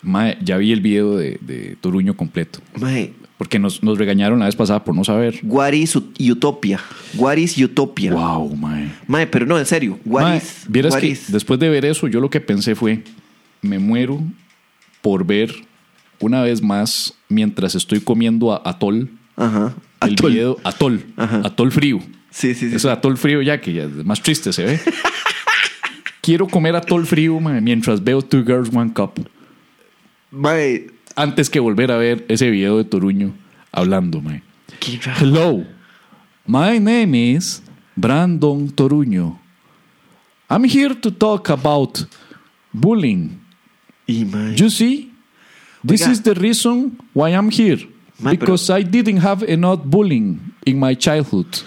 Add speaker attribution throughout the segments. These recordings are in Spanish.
Speaker 1: Mae, ya vi el video de, de Toruño completo.
Speaker 2: Mae,
Speaker 1: Porque nos, nos regañaron la vez pasada por no saber.
Speaker 2: what is ut- utopia? What is utopia?
Speaker 1: Wow, mae.
Speaker 2: Mae, pero no, en serio. What
Speaker 1: Mae,
Speaker 2: is?
Speaker 1: vieras
Speaker 2: what
Speaker 1: que
Speaker 2: is?
Speaker 1: después de ver eso, yo lo que pensé fue, me muero por ver una vez más, mientras estoy comiendo a atol,
Speaker 2: Ajá.
Speaker 1: el
Speaker 2: Atol.
Speaker 1: video atol,
Speaker 2: Ajá.
Speaker 1: atol frío.
Speaker 2: Sí, sí, sí.
Speaker 1: Eso de atol frío ya, que ya es más triste se ve. Quiero comer atol frío mae, mientras veo Two Girls One Cup.
Speaker 2: Mae,
Speaker 1: Antes que volver a ver ese video de Toruño hablando, mae.
Speaker 2: qué raro.
Speaker 1: Hello, my name is Brandon Toruño. I'm here to talk about bullying.
Speaker 2: Y mae.
Speaker 1: You see, this
Speaker 2: Oiga.
Speaker 1: is the reason why I'm here.
Speaker 2: Ma, pero-
Speaker 1: because I didn't have enough bullying in my childhood.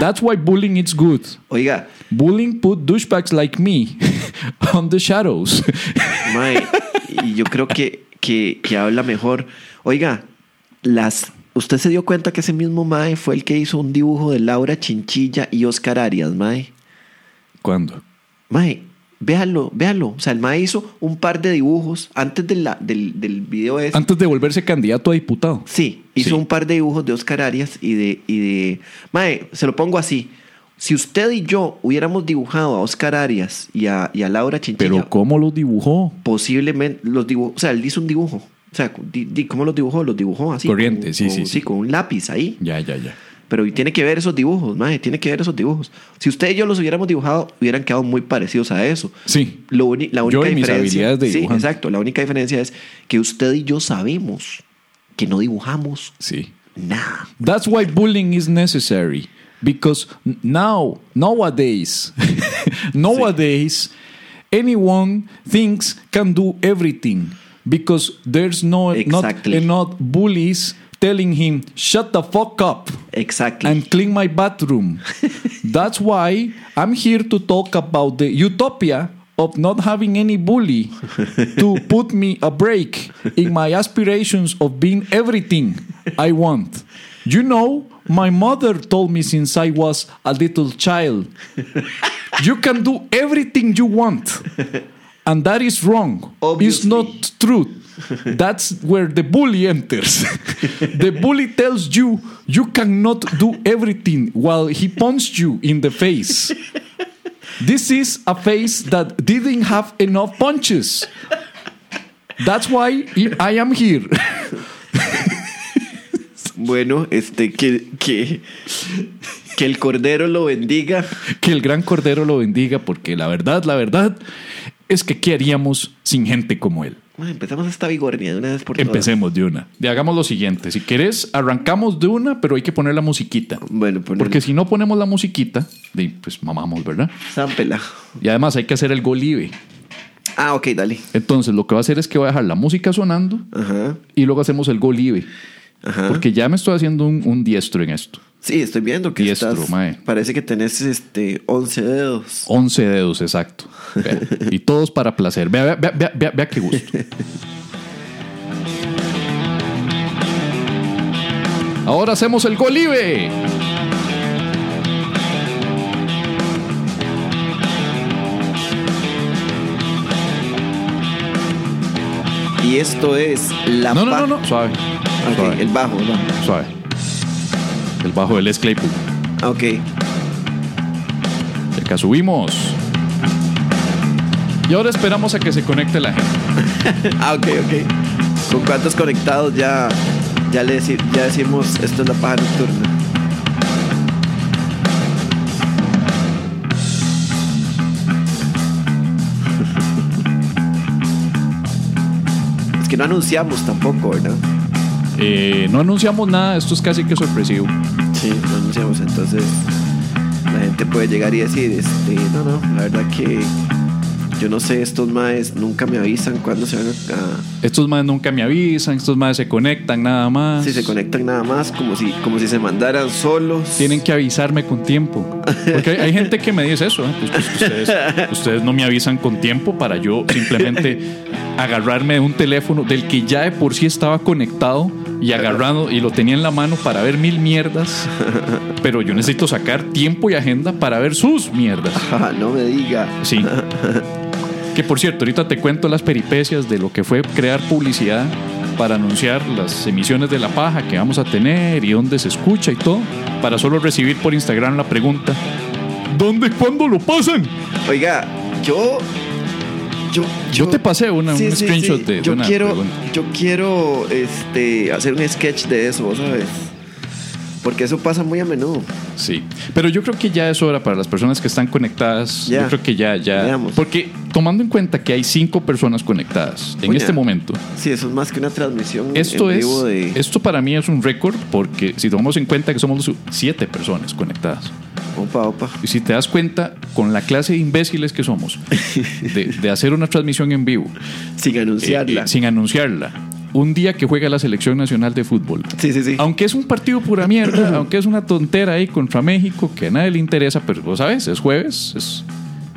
Speaker 1: That's why bullying is good.
Speaker 2: Oiga,
Speaker 1: Bullying put douchebags like me on the shadows.
Speaker 2: Mae, y yo creo que, que, que habla mejor. Oiga, las, ¿usted se dio cuenta que ese mismo Mae fue el que hizo un dibujo de Laura Chinchilla y Oscar Arias, Mae?
Speaker 1: ¿Cuándo?
Speaker 2: Mae, véalo, véalo. O sea, el Mae hizo un par de dibujos antes de la- del, del video este. ese.
Speaker 1: Antes de volverse candidato a diputado.
Speaker 2: Sí, hizo
Speaker 1: Sí.
Speaker 2: un par de dibujos de Oscar Arias y de, y de... Mae, se lo pongo así. Si usted y yo hubiéramos dibujado a Oscar Arias y a, y a Laura Chinchilla...
Speaker 1: Pero ¿cómo lo dibujó?
Speaker 2: posiblemente los dibujó, o sea, él hizo un dibujo. O sea, di- di- ¿cómo los dibujó? Los dibujó así.
Speaker 1: Corriente,
Speaker 2: con-
Speaker 1: sí,
Speaker 2: con-
Speaker 1: sí, sí.
Speaker 2: con un lápiz ahí.
Speaker 1: Ya, ya, ya.
Speaker 2: Pero tiene que ver esos dibujos, madre, tiene que ver esos dibujos. Si usted y yo los hubiéramos dibujado, hubieran quedado muy parecidos a eso.
Speaker 1: Sí.
Speaker 2: Lo uni- la
Speaker 1: Yo
Speaker 2: única
Speaker 1: y mis
Speaker 2: diferencia,
Speaker 1: habilidades de
Speaker 2: Sí,
Speaker 1: dibujante.
Speaker 2: exacto. La única diferencia es que usted y yo sabemos que no dibujamos
Speaker 1: Sí.
Speaker 2: nada.
Speaker 1: That's why bullying is necessary because n- now nowadays nowadays anyone thinks can do everything because there's no
Speaker 2: Exactly.
Speaker 1: not enough bullies telling him shut the fuck up
Speaker 2: Exacto.
Speaker 1: and clean my bathroom. That's why I'm here to talk about the utopia of not having any bully to put me a break in my aspirations of being everything I want. You know, my mother told me since I was a little child, you can do everything you want. And that is wrong. It's
Speaker 2: Obviously.
Speaker 1: not true. That's where the bully enters. the bully tells you you cannot do everything while he punches you in the face. This is a face that didn't have enough punches. That's why I- I am here.
Speaker 2: Bueno, este, que, que, que el Cordero lo bendiga.
Speaker 1: Que el gran Cordero lo bendiga porque la verdad, la verdad es que ¿qué haríamos sin gente como él?
Speaker 2: Mae, empezamos esta vigornia de una vez por todas.
Speaker 1: Empecemos de una. Y hagamos lo siguiente. Si querés, arrancamos de una, pero hay que poner la musiquita.
Speaker 2: Bueno, ponele.
Speaker 1: Porque si no ponemos la musiquita, de- pues mamamos, ¿verdad?
Speaker 2: Zámpela.
Speaker 1: Y además hay que hacer el golive.
Speaker 2: Ah, ok, dale.
Speaker 1: Entonces lo que va a hacer es que va a dejar la música sonando
Speaker 2: Ajá,
Speaker 1: y luego hacemos el golive.
Speaker 2: ajá.
Speaker 1: Porque ya me estoy haciendo un, un diestro en esto.
Speaker 2: Sí, estoy viendo que
Speaker 1: Diestro,
Speaker 2: estás...
Speaker 1: mae.
Speaker 2: Parece que tenés este 11 dedos.
Speaker 1: 11 dedos, exacto. Vea, Y todos para placer. Vea, vea, vea, vea, vea, vea qué gusto. Ahora hacemos el golive.
Speaker 2: Y esto es la
Speaker 1: No,
Speaker 2: pa-
Speaker 1: no, no, no. Suave.
Speaker 2: Ok,
Speaker 1: Suave.
Speaker 2: el bajo, el bajo.
Speaker 1: Suave. El bajo del Les Claypool.
Speaker 2: Ah, Ok.
Speaker 1: Y Acá subimos. Y ahora esperamos a que se conecte la gente.
Speaker 2: Ah, ok, ok. Con cuántos conectados ya, ya, le deci- ya decimos esto es la paja nocturna. Es que no anunciamos tampoco, ¿verdad?
Speaker 1: Eh, no anunciamos nada, esto es casi que sorpresivo.
Speaker 2: Sí, lo anunciamos. Entonces, la gente puede llegar y decir, este, no, no, la verdad que yo no sé, estos maes nunca me avisan cuándo se van a,
Speaker 1: Estos más nunca me avisan, estos más se conectan nada
Speaker 2: a-
Speaker 1: más.
Speaker 2: si se conectan nada más, como si, como si se mandaran solos.
Speaker 1: Tienen que avisarme con tiempo. Porque hay, hay gente que me dice eso. ¿eh? Pues, pues, ustedes, ustedes no me avisan con tiempo para yo simplemente agarrarme de un teléfono del que ya de por sí estaba conectado y agarrado y lo tenía en la mano para ver mil mierdas. Pero yo necesito
Speaker 2: Ah,
Speaker 1: sacar tiempo y agenda para ver sus mierdas.
Speaker 2: Ajá, no me diga.
Speaker 1: Sí. Que por cierto, ahorita te cuento las peripecias de lo que fue crear publicidad para anunciar las emisiones de la paja que vamos a tener y dónde se escucha y todo, para solo recibir por Instagram la pregunta, ¿dónde y cuándo lo pasan?
Speaker 2: Oiga, yo. Yo,
Speaker 1: Yo te pasé una- un screenshot de- de
Speaker 2: yo
Speaker 1: una
Speaker 2: quiero,
Speaker 1: pregunta.
Speaker 2: Yo quiero este, hacer un sketch de eso, vos sabes. Porque eso pasa muy a menudo.
Speaker 1: Sí, pero yo creo que ya es hora para las personas que están conectadas.
Speaker 2: Ya.
Speaker 1: Yo creo que ya, ya.
Speaker 2: Veamos.
Speaker 1: Porque tomando en cuenta que hay cinco personas conectadas en
Speaker 2: Uña.
Speaker 1: este momento,
Speaker 2: Sí, eso es más que una transmisión
Speaker 1: esto
Speaker 2: en
Speaker 1: es,
Speaker 2: vivo de.
Speaker 1: esto para mí es un récord porque si tomamos en cuenta que somos los siete personas conectadas
Speaker 2: Opa, opa.
Speaker 1: y si te das cuenta con la clase de imbéciles que somos de, de hacer una transmisión en vivo
Speaker 2: Sin
Speaker 1: eh,
Speaker 2: anunciarla.
Speaker 1: eh, sin anunciarla, un día que juega la selección nacional de fútbol.
Speaker 2: Sí, sí, sí.
Speaker 1: Aunque es un partido pura mierda, aunque es una tontera ahí contra México que a nadie le interesa, pero vos sabes, es jueves, es-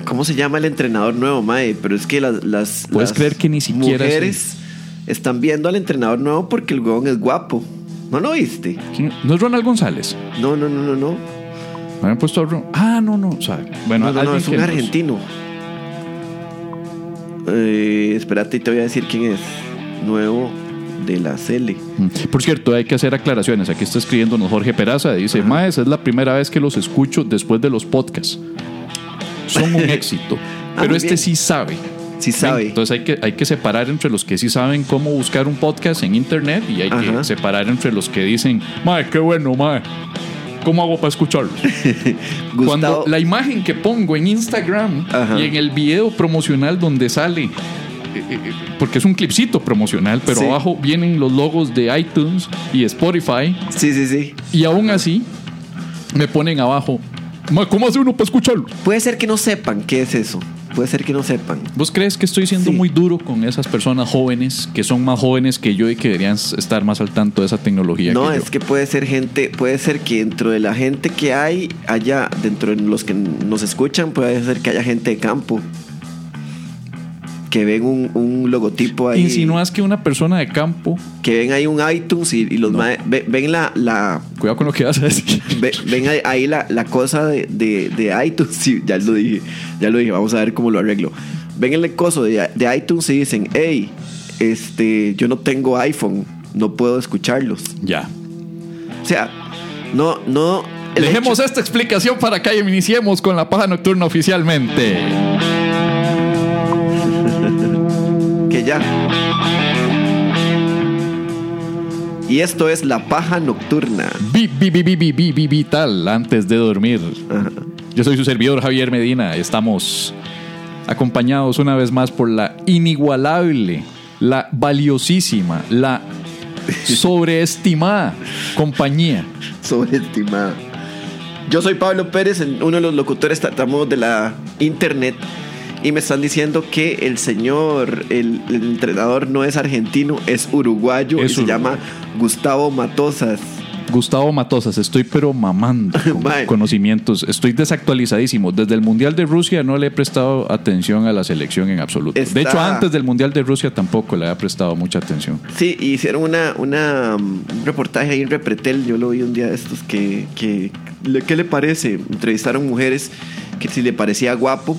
Speaker 2: ¿Cómo se llama el entrenador nuevo, Mae? Pero es que las. las
Speaker 1: Puedes
Speaker 2: las
Speaker 1: creer que ni siquiera es
Speaker 2: Mujeres están viendo al entrenador nuevo porque el huevón es guapo. ¿No lo viste?
Speaker 1: ¿quién- ¿No es Ronald González?
Speaker 2: No, no, no, no, no.
Speaker 1: Me habían puesto a Ron- Ah, no, no. o sea, bueno,
Speaker 2: no, no, no,
Speaker 1: alguien
Speaker 2: es
Speaker 1: que
Speaker 2: un
Speaker 1: nos-
Speaker 2: argentino. Eh, espérate, te voy a decir quién es. Nuevo de la Cele.
Speaker 1: Mm. Por cierto, hay que hacer aclaraciones. Aquí está escribiéndonos Jorge Peraza. Dice, Maes, es la primera vez que los escucho después de los podcasts. Son un éxito. Pero
Speaker 2: Ah, muy
Speaker 1: este
Speaker 2: bien.
Speaker 1: sí sabe.
Speaker 2: Sí sabe.
Speaker 1: Entonces hay que, hay que separar entre los que sí saben cómo buscar un podcast en internet y hay
Speaker 2: Ajá.
Speaker 1: que separar entre los que dicen, madre, qué bueno, madre. ¿Cómo hago para escucharlo?
Speaker 2: Gustavo,
Speaker 1: Cuando la imagen que pongo en Instagram
Speaker 2: Ajá.
Speaker 1: y en el video promocional donde sale, eh, eh, eh, porque es un clipcito promocional, pero
Speaker 2: Sí.
Speaker 1: abajo vienen los logos de iTunes y Spotify
Speaker 2: Sí, sí, sí.
Speaker 1: y aún así me ponen abajo, "Mae, ¿cómo hace uno para escucharlo?
Speaker 2: Puede ser que no sepan qué es eso. Puede ser que no sepan.
Speaker 1: ¿Vos crees que estoy siendo
Speaker 2: Sí.
Speaker 1: muy duro con esas personas jóvenes que son más jóvenes que yo y que deberían s- estar más al tanto de esa tecnología?
Speaker 2: No,
Speaker 1: que yo?
Speaker 2: es que puede ser gente, puede ser que dentro de la gente que hay, haya, dentro de los que nos escuchan, puede ser que haya gente de campo que ven un, un logotipo ahí.
Speaker 1: Insinúas que una persona de campo,
Speaker 2: Que ven ahí un iTunes y, y los
Speaker 1: No.
Speaker 2: mae- ve- ven la, la
Speaker 1: cuidado con lo que vas a decir.
Speaker 2: ve- ven ahí, ahí la, la cosa de, de- de iTunes, sí, ya lo dije, ya lo dije, vamos a ver cómo lo arreglo. Ven el coso de, de iTunes y dicen, hey, este, yo no tengo iPhone, no puedo escucharlos.
Speaker 1: ya.
Speaker 2: O sea, no, no. el
Speaker 1: Dejemos
Speaker 2: hecho-
Speaker 1: esta explicación para que iniciemos con la paja nocturna oficialmente.
Speaker 2: que ya. Y esto es la paja nocturna.
Speaker 1: Vi, vi, vi, vi, vi, vi, vi, vital antes de dormir. Yo soy su servidor Javier Medina. Estamos acompañados una vez más por la inigualable, la valiosísima, la sobreestimada compañía.
Speaker 2: Sobreestimada. Yo soy Pablo Pérez, el- uno de los locutores tartamudos de la internet. Y me están diciendo que el señor, el, el entrenador no es argentino, es uruguayo
Speaker 1: Es
Speaker 2: y se
Speaker 1: uruguayo.
Speaker 2: llama Gustavo Matosas.
Speaker 1: Gustavo Matosas, estoy pero mamando con
Speaker 2: Mae.
Speaker 1: conocimientos. Estoy desactualizadísimo. Desde el Mundial de Rusia no le he prestado atención a la selección en absoluto.
Speaker 2: Está-
Speaker 1: De hecho, antes del Mundial de Rusia tampoco le había prestado mucha atención.
Speaker 2: Sí, y hicieron una, una, um, un reportaje ahí en Repretel, yo lo vi un día de estos, que, que le- ¿qué le parece? Entrevistaron mujeres que si le parecía guapo.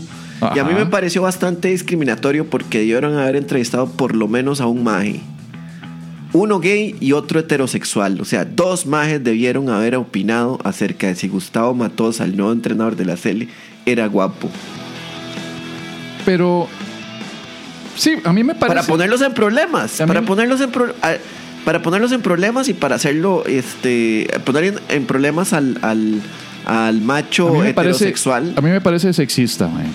Speaker 2: Y a mí
Speaker 1: Ajá.
Speaker 2: me pareció bastante discriminatorio porque debieron haber entrevistado por lo menos a un maje. Uno gay y otro heterosexual. O sea, dos majes debieron haber opinado acerca de si Gustavo Matosa, el nuevo entrenador de la Cele, era guapo.
Speaker 1: Pero sí, a mí me parece.
Speaker 2: Para ponerlos en problemas.
Speaker 1: También-
Speaker 2: Para ponerlos en pro- a- para ponerlos en problemas y para hacerlo, este, poner en, en problemas al, al, al
Speaker 1: a mí
Speaker 2: macho
Speaker 1: me parece-
Speaker 2: heterosexual.
Speaker 1: a mí me parece sexista, mae.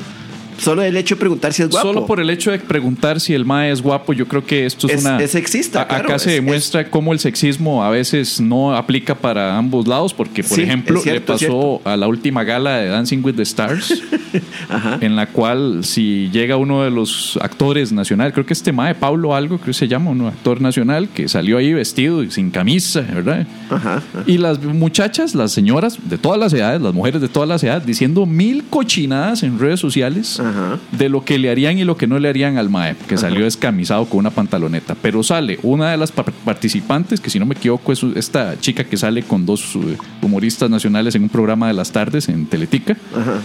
Speaker 2: Solo el hecho de preguntar si es guapo.
Speaker 1: Solo por el hecho de preguntar si el mae es guapo, yo creo que esto es,
Speaker 2: Es-
Speaker 1: una.
Speaker 2: es sexista,
Speaker 1: A-
Speaker 2: claro,
Speaker 1: acá se
Speaker 2: es-
Speaker 1: demuestra cómo el sexismo a veces no aplica para ambos lados, porque, por
Speaker 2: Sí,
Speaker 1: ejemplo,
Speaker 2: es cierto,
Speaker 1: le pasó a la última gala de Dancing with the Stars,
Speaker 2: Ajá.
Speaker 1: en la cual, si llega uno de los actores nacional, creo que este mae, Pablo Algo, creo que se llama, un actor nacional, que salió ahí vestido y sin camisa, ¿verdad?
Speaker 2: Ajá.
Speaker 1: Y las muchachas, las señoras de todas las edades, las mujeres de todas las edades, diciendo mil cochinadas en redes sociales
Speaker 2: Ajá.
Speaker 1: de lo que le harían y lo que no le harían al MAE, que salió descamisado con una pantaloneta. Pero sale una de las pa- participantes, que si no me equivoco es esta chica que sale con dos eh, humoristas nacionales en un programa de las tardes en Teletica,
Speaker 2: Ajá.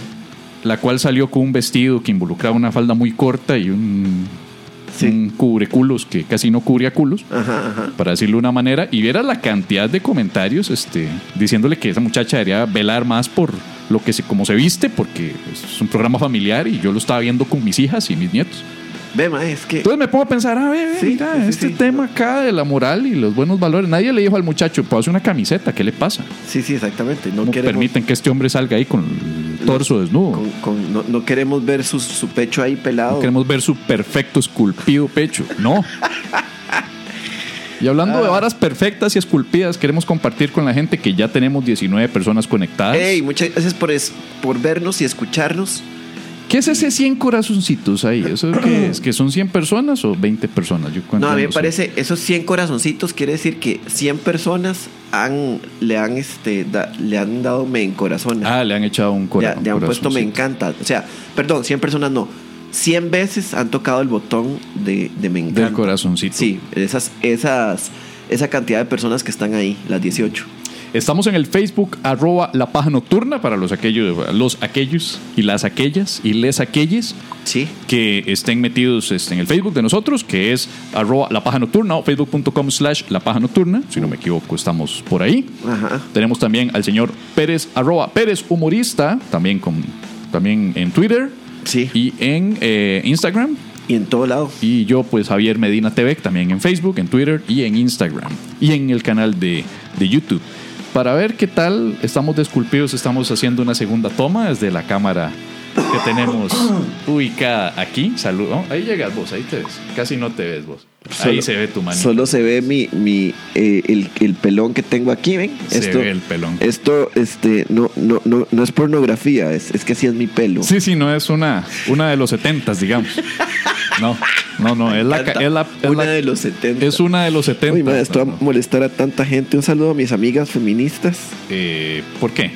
Speaker 1: la cual salió con un vestido que involucraba una falda muy corta y un,
Speaker 2: Sí.
Speaker 1: un cubreculos que casi no cubría culos,
Speaker 2: Ajá, ajá.
Speaker 1: para decirlo de una manera, y viera la cantidad de comentarios este, diciéndole que esa muchacha debería velar más por lo que se, como se viste, porque pues, es un programa familiar y yo lo estaba viendo con mis hijas y mis nietos.
Speaker 2: Ve, mae, es que.
Speaker 1: Entonces me pongo a pensar, a ver,
Speaker 2: Sí,
Speaker 1: mira,
Speaker 2: sí, sí,
Speaker 1: este
Speaker 2: sí.
Speaker 1: tema acá de la moral y los buenos valores, nadie le dijo al muchacho, pues hace una camiseta, ¿qué le pasa?
Speaker 2: Sí, sí, exactamente. No
Speaker 1: No
Speaker 2: queremos.
Speaker 1: permiten que este hombre salga ahí con el torso desnudo.
Speaker 2: con- con- no, no queremos ver su, su pecho ahí pelado.
Speaker 1: No queremos ver su perfecto esculpido pecho. No. Y hablando de
Speaker 2: Ah.
Speaker 1: varas perfectas y esculpidas, queremos compartir con la gente que ya tenemos 19 personas conectadas.
Speaker 2: Ey, muchas gracias por, es- por vernos y escucharnos.
Speaker 1: ¿Qué es ese 100 corazoncitos ahí? ¿Eso qué es? ¿Que son 100 personas o 20 personas? Yo cuento
Speaker 2: No, a mí me
Speaker 1: los-
Speaker 2: parece, esos 100 corazoncitos quiere decir que 100 personas han, le, han, este, da- le han dado me encorazones.
Speaker 1: Ah, le han echado un
Speaker 2: Ya,
Speaker 1: corazón.
Speaker 2: le han puesto me encanta. O sea, perdón, 100 personas no. 100 veces han tocado el botón de, de me encanta.
Speaker 1: Del corazoncito.
Speaker 2: Sí, esas, esas, esa cantidad de personas que están ahí, las 18.
Speaker 1: Estamos en el Facebook arroba la paja nocturna para los aquellos, los aquellos y las aquellas y les aquelles.
Speaker 2: Sí.
Speaker 1: que estén metidos este, en el Facebook de nosotros, que es arroba la paja nocturna o facebook.com slash la paja nocturna. Si no me equivoco, estamos por ahí.
Speaker 2: Ajá.
Speaker 1: Tenemos también al señor Pérez, arroba Pérez Humorista, también, con, también en Twitter
Speaker 2: Sí. Y,
Speaker 1: y en eh, Instagram.
Speaker 2: en todo lado.
Speaker 1: Y yo, pues Javier Medina TV, también en Facebook, en Twitter y en Instagram. Y en el canal de, de YouTube. Para ver qué tal estamos desculpidos, estamos haciendo una segunda toma desde la cámara que tenemos ubicada aquí. Saludos. ahí llegas vos, ahí te ves. Casi no te ves vos. ahí
Speaker 2: Solo-
Speaker 1: se ve tu mano.
Speaker 2: Solo se ve mi, mi eh, el, el pelón que tengo aquí, ¿ven?
Speaker 1: Se ve el pelón.
Speaker 2: Esto, este, no, no, no, no es pornografía, es, es que así es mi pelo.
Speaker 1: Sí, sí, no es una, una de los setentas, digamos. No, no, no, es la... ca- Es la- es
Speaker 2: Una
Speaker 1: la-
Speaker 2: de los 70.
Speaker 1: es una de los setentas.
Speaker 2: Uy, madre, esto va
Speaker 1: No,
Speaker 2: a
Speaker 1: no.
Speaker 2: molestar a tanta gente. Un saludo a mis amigas feministas.
Speaker 1: Eh, ¿Por qué?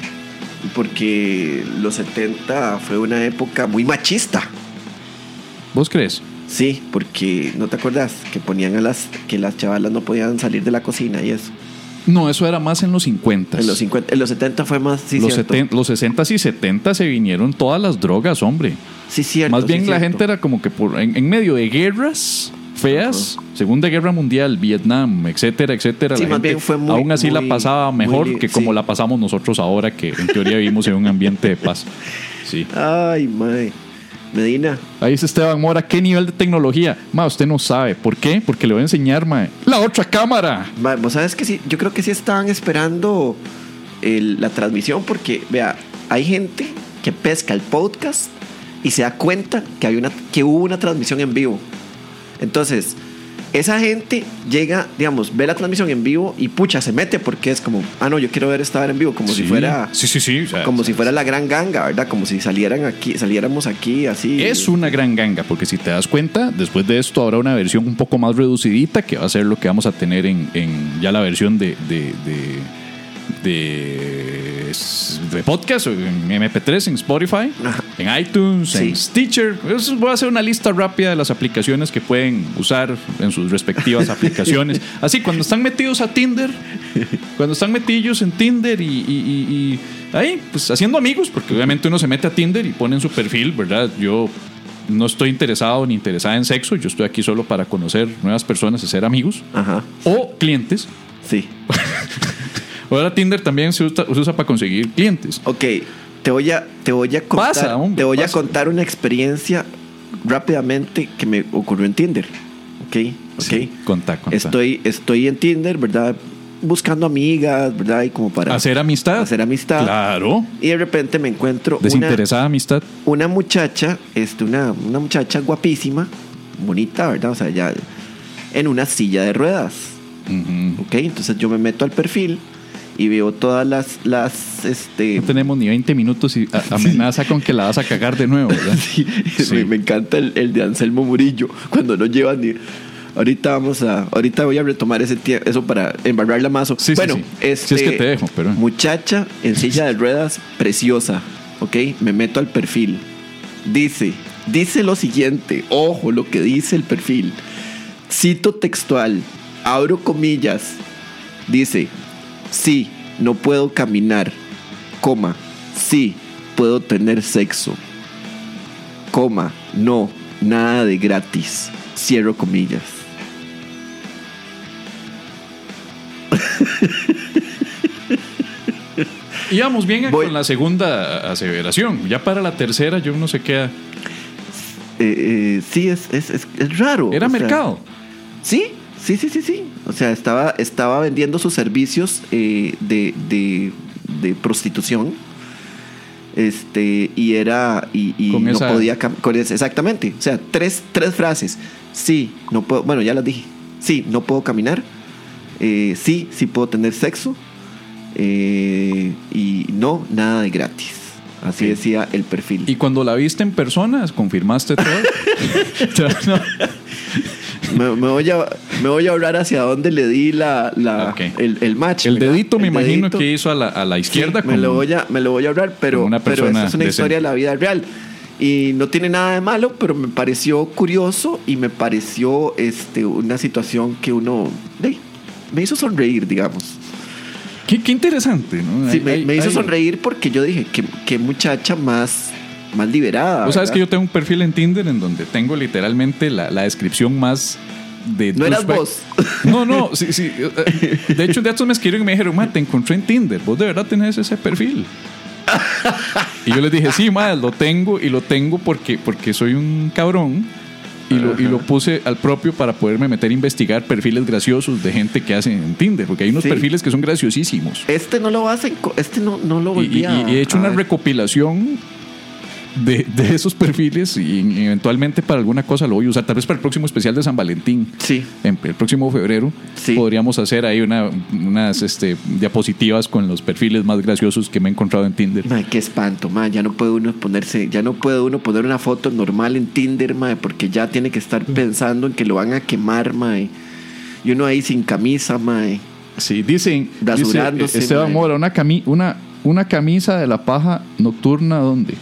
Speaker 2: Porque los 70 fue una época muy machista.
Speaker 1: ¿Vos crees?
Speaker 2: Sí, porque no te acuerdas que ponían a las que las chavalas no podían salir de la cocina y eso.
Speaker 1: No, eso era más en los 50.
Speaker 2: En los 50, en los 70 fue más sí
Speaker 1: los,
Speaker 2: cierto.
Speaker 1: 70, los 60 y 70 se vinieron todas las drogas, hombre.
Speaker 2: Sí cierto.
Speaker 1: Más
Speaker 2: sí,
Speaker 1: bien la
Speaker 2: cierto.
Speaker 1: gente era como que por, en, en medio de guerras feas, Segunda Guerra Mundial, Vietnam, etcétera, etcétera.
Speaker 2: Sí,
Speaker 1: la
Speaker 2: más
Speaker 1: gente
Speaker 2: bien fue muy-
Speaker 1: aún así la
Speaker 2: muy-
Speaker 1: pasaba mejor
Speaker 2: muy li-
Speaker 1: que como
Speaker 2: sí.
Speaker 1: la pasamos nosotros ahora, que en teoría vivimos en un ambiente de paz. Sí.
Speaker 2: Ay, mae. Medina.
Speaker 1: Ahí dice Esteban Mora, ¿qué nivel de tecnología? Ma, usted no sabe. ¿Por qué? Porque le voy a enseñar, ma, la otra cámara.
Speaker 2: mae, vos sabes que sí, yo creo que sí estaban esperando el- la transmisión porque vea, hay gente que pesca el podcast y se da cuenta que hay una que hubo una transmisión en vivo. Entonces, esa gente llega, digamos, ve la transmisión en vivo y pucha, se mete porque es como, ah, no, yo quiero ver esta hora en vivo, como
Speaker 1: Sí.
Speaker 2: si fuera
Speaker 1: Sí, sí, sí. o sea,
Speaker 2: como si fuera la gran ganga, ¿verdad? Como si salieran aquí, saliéramos aquí así.
Speaker 1: Es una gran ganga, porque si te das cuenta, después de esto habrá una versión un poco más reducidita, que va a ser lo que vamos a tener en, en ya la versión de, de, de, de, de podcast, en MP3, en Spotify,
Speaker 2: Ajá.
Speaker 1: en iTunes, en
Speaker 2: Sí.
Speaker 1: Stitcher. Eso- pues, Voy a hacer una lista rápida de las aplicaciones que pueden usar en sus respectivas aplicaciones. Así, cuando están metidos a Tinder, cuando están metidos en Tinder y, y- y- y ahí, pues haciendo amigos, porque obviamente uno se mete a Tinder y pone en su perfil, ¿verdad? Yo no estoy interesado ni interesada en sexo, yo estoy aquí solo para conocer nuevas personas y ser amigos
Speaker 2: Ajá,
Speaker 1: o clientes.
Speaker 2: sí.
Speaker 1: Ahora Tinder también se usa, se usa para conseguir clientes.
Speaker 2: Ok, te voy a, te voy a contar.
Speaker 1: Pasa, hombre,
Speaker 2: te voy
Speaker 1: pasa.
Speaker 2: a contar una experiencia rápidamente que me ocurrió en Tinder. Ok, ok.
Speaker 1: Sí, contá, contá.
Speaker 2: Estoy, estoy en Tinder, ¿verdad? Buscando amigas, ¿verdad? Y como para
Speaker 1: Hacer amistad.
Speaker 2: hacer amistad.
Speaker 1: Claro.
Speaker 2: Y de repente me encuentro una,
Speaker 1: Desinteresada amistad.
Speaker 2: una muchacha, este, una, una muchacha guapísima, bonita, ¿verdad? O sea, ya en una silla de ruedas.
Speaker 1: Ujú.
Speaker 2: Ok, entonces yo me meto al perfil y veo todas las, las este,
Speaker 1: No tenemos ni 20 minutos y a- amenaza con que la vas a cagar de nuevo, ¿verdad?
Speaker 2: Sí,
Speaker 1: Sí.
Speaker 2: Me, me encanta el, el de Anselmo Murillo, cuando no llevan ni... Ahorita vamos a... Ahorita voy a retomar ese tie- eso para embarrar la mazo.
Speaker 1: Sí, sí,
Speaker 2: bueno,
Speaker 1: sí.
Speaker 2: Este,
Speaker 1: Si es que te dejo, pero-
Speaker 2: Muchacha en silla de ruedas, preciosa, ¿ok? Me meto al perfil. Dice, dice lo siguiente, ojo lo que dice el perfil. Cito textual, abro comillas. Dice, sí, no puedo caminar, coma, sí, puedo tener sexo. coma, no, nada de gratis. Cierro comillas.
Speaker 1: Íbamos bien
Speaker 2: Voy-
Speaker 1: con la segunda aseveración. Ya para la tercera, yo no sé qué.
Speaker 2: Eh, eh, sí, es, es, es- es raro.
Speaker 1: Era
Speaker 2: o sea,
Speaker 1: mercado.
Speaker 2: Sí, sí, sí, sí, sí. O sea, estaba, estaba vendiendo sus servicios eh, de, de- de prostitución. Este, y era. Y, y
Speaker 1: Con
Speaker 2: no
Speaker 1: esa-
Speaker 2: podía cam- con esa- Exactamente. O sea, tres, tres frases. Sí, no puedo. Bueno, ya las dije. Sí, no puedo caminar. Eh, sí, sí puedo tener sexo. Eh, y no, nada de gratis. Así
Speaker 1: Ok.
Speaker 2: decía el perfil.
Speaker 1: Y cuando la viste en personas, confirmaste todo. Ya, no.
Speaker 2: Me, me voy a, me voy a ahorrar hacia dónde le di la, la-
Speaker 1: Ok.
Speaker 2: el, el match.
Speaker 1: El
Speaker 2: ¿verdad?
Speaker 1: dedito me
Speaker 2: El
Speaker 1: imagino
Speaker 2: dedito.
Speaker 1: que hizo a la, a la
Speaker 2: Sí,
Speaker 1: izquierda.
Speaker 2: me,
Speaker 1: con-
Speaker 2: lo voy a, me lo voy a ahorrar, pero,
Speaker 1: como una
Speaker 2: pero
Speaker 1: persona
Speaker 2: esa es una
Speaker 1: decente.
Speaker 2: historia de la vida real. Y no tiene nada de malo, pero me pareció curioso y me pareció este, una situación que uno... ey, me hizo sonreír, digamos.
Speaker 1: Qué, qué interesante, ¿no?
Speaker 2: Sí,
Speaker 1: Ay,
Speaker 2: me,
Speaker 1: ay,
Speaker 2: me hizo
Speaker 1: ay.
Speaker 2: sonreír porque yo dije, qué, qué muchacha más, más liberada.
Speaker 1: Vos sabes
Speaker 2: ¿verdad?
Speaker 1: que yo tengo un perfil en Tinder en donde tengo literalmente la, la descripción más de.
Speaker 2: No eras
Speaker 1: douchebag.
Speaker 2: vos.
Speaker 1: No, no, sí, sí. eh, De hecho, de estos me escribieron y me dijeron, ma, te encontré en Tinder. ¿Vos de verdad tenés ese perfil? Y yo les dije, sí, ma, lo tengo y lo tengo porque, porque soy un cabrón. Y lo, y lo puse al propio para poderme meter a investigar perfiles graciosos de gente que hace en Tinder, porque hay unos
Speaker 2: Sí.
Speaker 1: perfiles que son graciosísimos.
Speaker 2: Este no lo hacen, co- este no, no lo
Speaker 1: Y- y,
Speaker 2: volví a-
Speaker 1: y he hecho
Speaker 2: a
Speaker 1: una
Speaker 2: ver.
Speaker 1: recopilación de, de esos perfiles y eventualmente para alguna cosa lo voy a usar. Tal vez para el próximo especial de San Valentín.
Speaker 2: Sí.
Speaker 1: En el próximo febrero
Speaker 2: Sí.
Speaker 1: podríamos hacer ahí una- unas este, diapositivas con los perfiles más graciosos que me he encontrado en Tinder.
Speaker 2: Mae, qué espanto, mae. Ya no puede uno ponerse, ya no puede uno poner una foto normal en Tinder, mae, porque ya tiene que estar
Speaker 1: Mm.
Speaker 2: pensando en que lo van a quemar, mae. Y uno ahí sin camisa, mae.
Speaker 1: Sí, dicen, dice
Speaker 2: Rasurándose,
Speaker 1: Esteban
Speaker 2: madre.
Speaker 1: Mora, una, cami- una, una camisa de la paja nocturna, ¿dónde?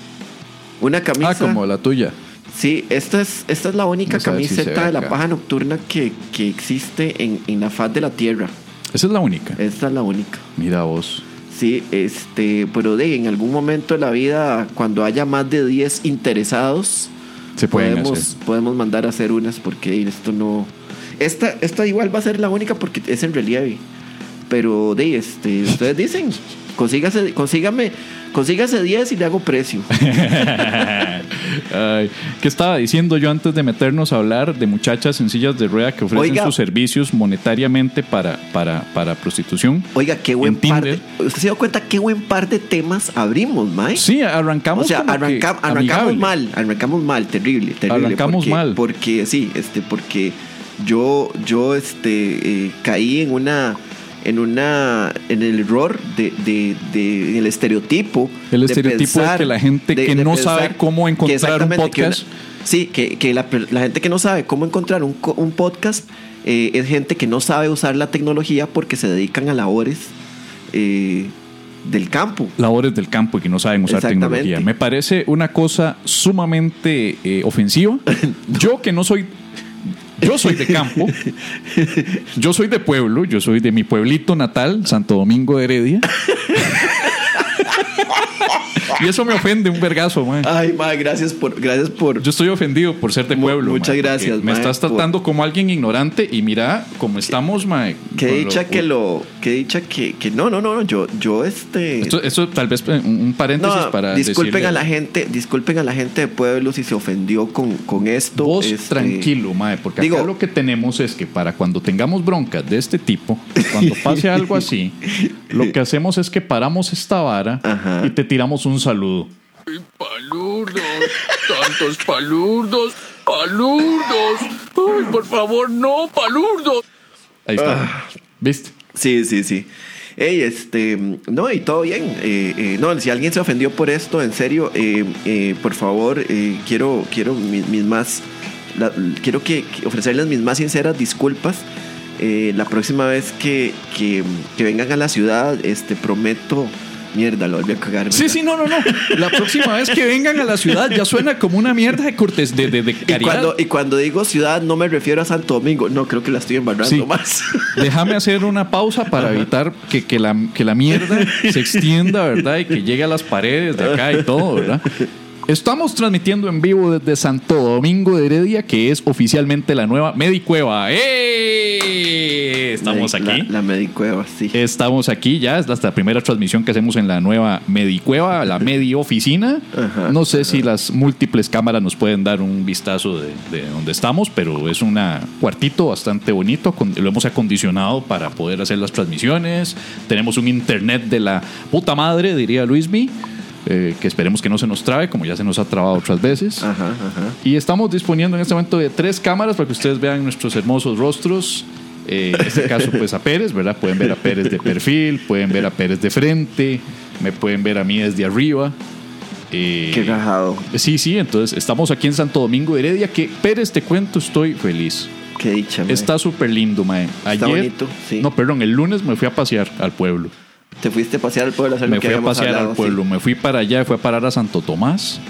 Speaker 2: Una camisa.
Speaker 1: Ah, como la tuya.
Speaker 2: Sí, esta es, esta es la única
Speaker 1: Vamos a ver si se
Speaker 2: camiseta
Speaker 1: ve
Speaker 2: de la
Speaker 1: acá.
Speaker 2: paja nocturna que, que existe en, en la faz de la tierra.
Speaker 1: Esa es la única.
Speaker 2: Esta es la única.
Speaker 1: Mira vos.
Speaker 2: Sí, este, pero de en algún momento de la vida, cuando haya más de 10 interesados,
Speaker 1: Se pueden
Speaker 2: podemos,
Speaker 1: hacer.
Speaker 2: podemos mandar a hacer unas porque esto no. Esta, esta igual va a ser la única porque es en relieve. Pero de este, ustedes dicen, consígase, consígame, consígase 10 y le hago precio.
Speaker 1: Ay, ¿Qué estaba diciendo yo antes de meternos a hablar de muchachas en sillas de rueda que ofrecen
Speaker 2: Oiga.
Speaker 1: sus servicios monetariamente para, para, para prostitución?
Speaker 2: Oiga, qué buen
Speaker 1: En
Speaker 2: par de,
Speaker 1: Tinder.
Speaker 2: ¿Usted se dio cuenta qué buen par de temas abrimos, Mae?
Speaker 1: Sí, arrancamos.
Speaker 2: O sea,
Speaker 1: como que
Speaker 2: arranca- arrancamos
Speaker 1: amigable.
Speaker 2: mal, arrancamos mal, terrible, terrible.
Speaker 1: Arrancamos
Speaker 2: porque,
Speaker 1: mal.
Speaker 2: Porque sí, este, porque yo, yo, este, eh, caí en una, en una, en el error de, de, de- en el estereotipo.
Speaker 1: El
Speaker 2: de
Speaker 1: estereotipo de que la gente que no sabe cómo
Speaker 2: que
Speaker 1: encontrar un
Speaker 2: exactamente, que
Speaker 1: podcast.
Speaker 2: una- sí, que, que la, la gente que no sabe cómo encontrar un, co- un podcast eh, es gente que no sabe usar la tecnología porque se dedican a labores eh, del campo.
Speaker 1: Labores del campo y que no saben usar
Speaker 2: Exactamente.
Speaker 1: tecnología. Me parece una cosa sumamente eh, ofensiva. Yo que no soy. Yo soy de campo. Yo soy de pueblo. Yo soy de mi pueblito natal, Santo Domingo de Heredia. y eso me ofende un vergazo, man.
Speaker 2: Ay, ma, gracias por, gracias por.
Speaker 1: Yo estoy ofendido por ser de
Speaker 2: Ah. Mu-
Speaker 1: pueblo.
Speaker 2: muchas
Speaker 1: porque
Speaker 2: gracias,
Speaker 1: Me
Speaker 2: mae,
Speaker 1: estás
Speaker 2: por-
Speaker 1: tratando como alguien ignorante y mira cómo estamos, mae.
Speaker 2: Qué
Speaker 1: con
Speaker 2: dicha
Speaker 1: lo-
Speaker 2: que lo, qué dicha que, que no, no, no, no, yo, yo este.
Speaker 1: Esto, esto tal vez eh, un, un paréntesis
Speaker 2: no,
Speaker 1: para
Speaker 2: disculpen
Speaker 1: decirle-
Speaker 2: a la gente, disculpen a la gente de pueblo si se ofendió con, con esto.
Speaker 1: Vos
Speaker 2: este,
Speaker 1: tranquilo, mae, porque
Speaker 2: Digo-
Speaker 1: acá lo que tenemos es que para cuando tengamos broncas de este tipo, cuando pase algo así, lo que hacemos es que paramos esta vara
Speaker 2: Ajá.
Speaker 1: y te tiramos un saludo.
Speaker 3: Palurdos, tantos palurdos, palurdos. Ay, por favor, no, palurdos.
Speaker 1: Ahí está.
Speaker 2: Ah.
Speaker 1: ¿Viste?
Speaker 2: Sí, sí, sí. Ey, este, no, y todo bien. eh, eh, no, si alguien se ofendió por esto, en serio, eh, eh, por favor, eh, quiero, quiero mis, mis más, la- quiero que, que ofrecerles mis más sinceras disculpas. Eh, la próxima vez que, que, que vengan a la ciudad, este, prometo, mierda, lo volví a cagar. ¿verdad?
Speaker 1: Sí, sí, no, no, no. La próxima vez que vengan a la ciudad ya suena como una mierda de cortes de, de, de
Speaker 2: Y
Speaker 1: caridad.
Speaker 2: cuando, y cuando digo ciudad, no me refiero a Santo Domingo. No, creo que la estoy embarrando
Speaker 1: Sí.
Speaker 2: más.
Speaker 1: Déjame hacer una pausa para evitar que, que la, que la mierda se extienda, ¿verdad? Y que llegue a las paredes de acá y todo, ¿verdad? Estamos transmitiendo en vivo desde Santo Domingo de Heredia, que es oficialmente la nueva Medicueva. ¡Eh! Estamos
Speaker 2: La-
Speaker 1: aquí.
Speaker 2: La, la Medicueva, sí.
Speaker 1: Estamos aquí ya, es la primera transmisión que hacemos en la nueva Medicueva, la Medi Oficina.
Speaker 2: Ajá,
Speaker 1: no sé si las múltiples cámaras nos pueden dar un vistazo de, de donde estamos, pero es un cuartito bastante bonito. con- Lo hemos acondicionado para poder hacer las transmisiones. Tenemos un internet de la puta madre, diría Luismi, eh, que esperemos que no se nos trabe, como ya se nos ha trabado otras veces.
Speaker 2: Ajá, ajá.
Speaker 1: Y estamos disponiendo en este momento de tres cámaras para que ustedes vean nuestros hermosos rostros. Eh, en este caso, pues a Pérez, ¿verdad? Pueden ver a Pérez de perfil, pueden ver a Pérez de frente, me pueden ver a mí desde arriba. Eh,
Speaker 2: Qué rajado.
Speaker 1: sí, sí, entonces estamos aquí en Santo Domingo de Heredia, que Pérez, te cuento, estoy feliz.
Speaker 2: Qué dicha, mae.
Speaker 1: Está súper lindo, mae. Ayer,
Speaker 2: Está bonito, sí.
Speaker 1: No, perdón, el lunes me fui a pasear al pueblo.
Speaker 2: Te fuiste a pasear al pueblo a hacer lo
Speaker 1: Me
Speaker 2: que
Speaker 1: fui a
Speaker 2: habíamos
Speaker 1: pasear
Speaker 2: hablado,
Speaker 1: al pueblo, me fui para allá, fui a parar a Santo Tomás.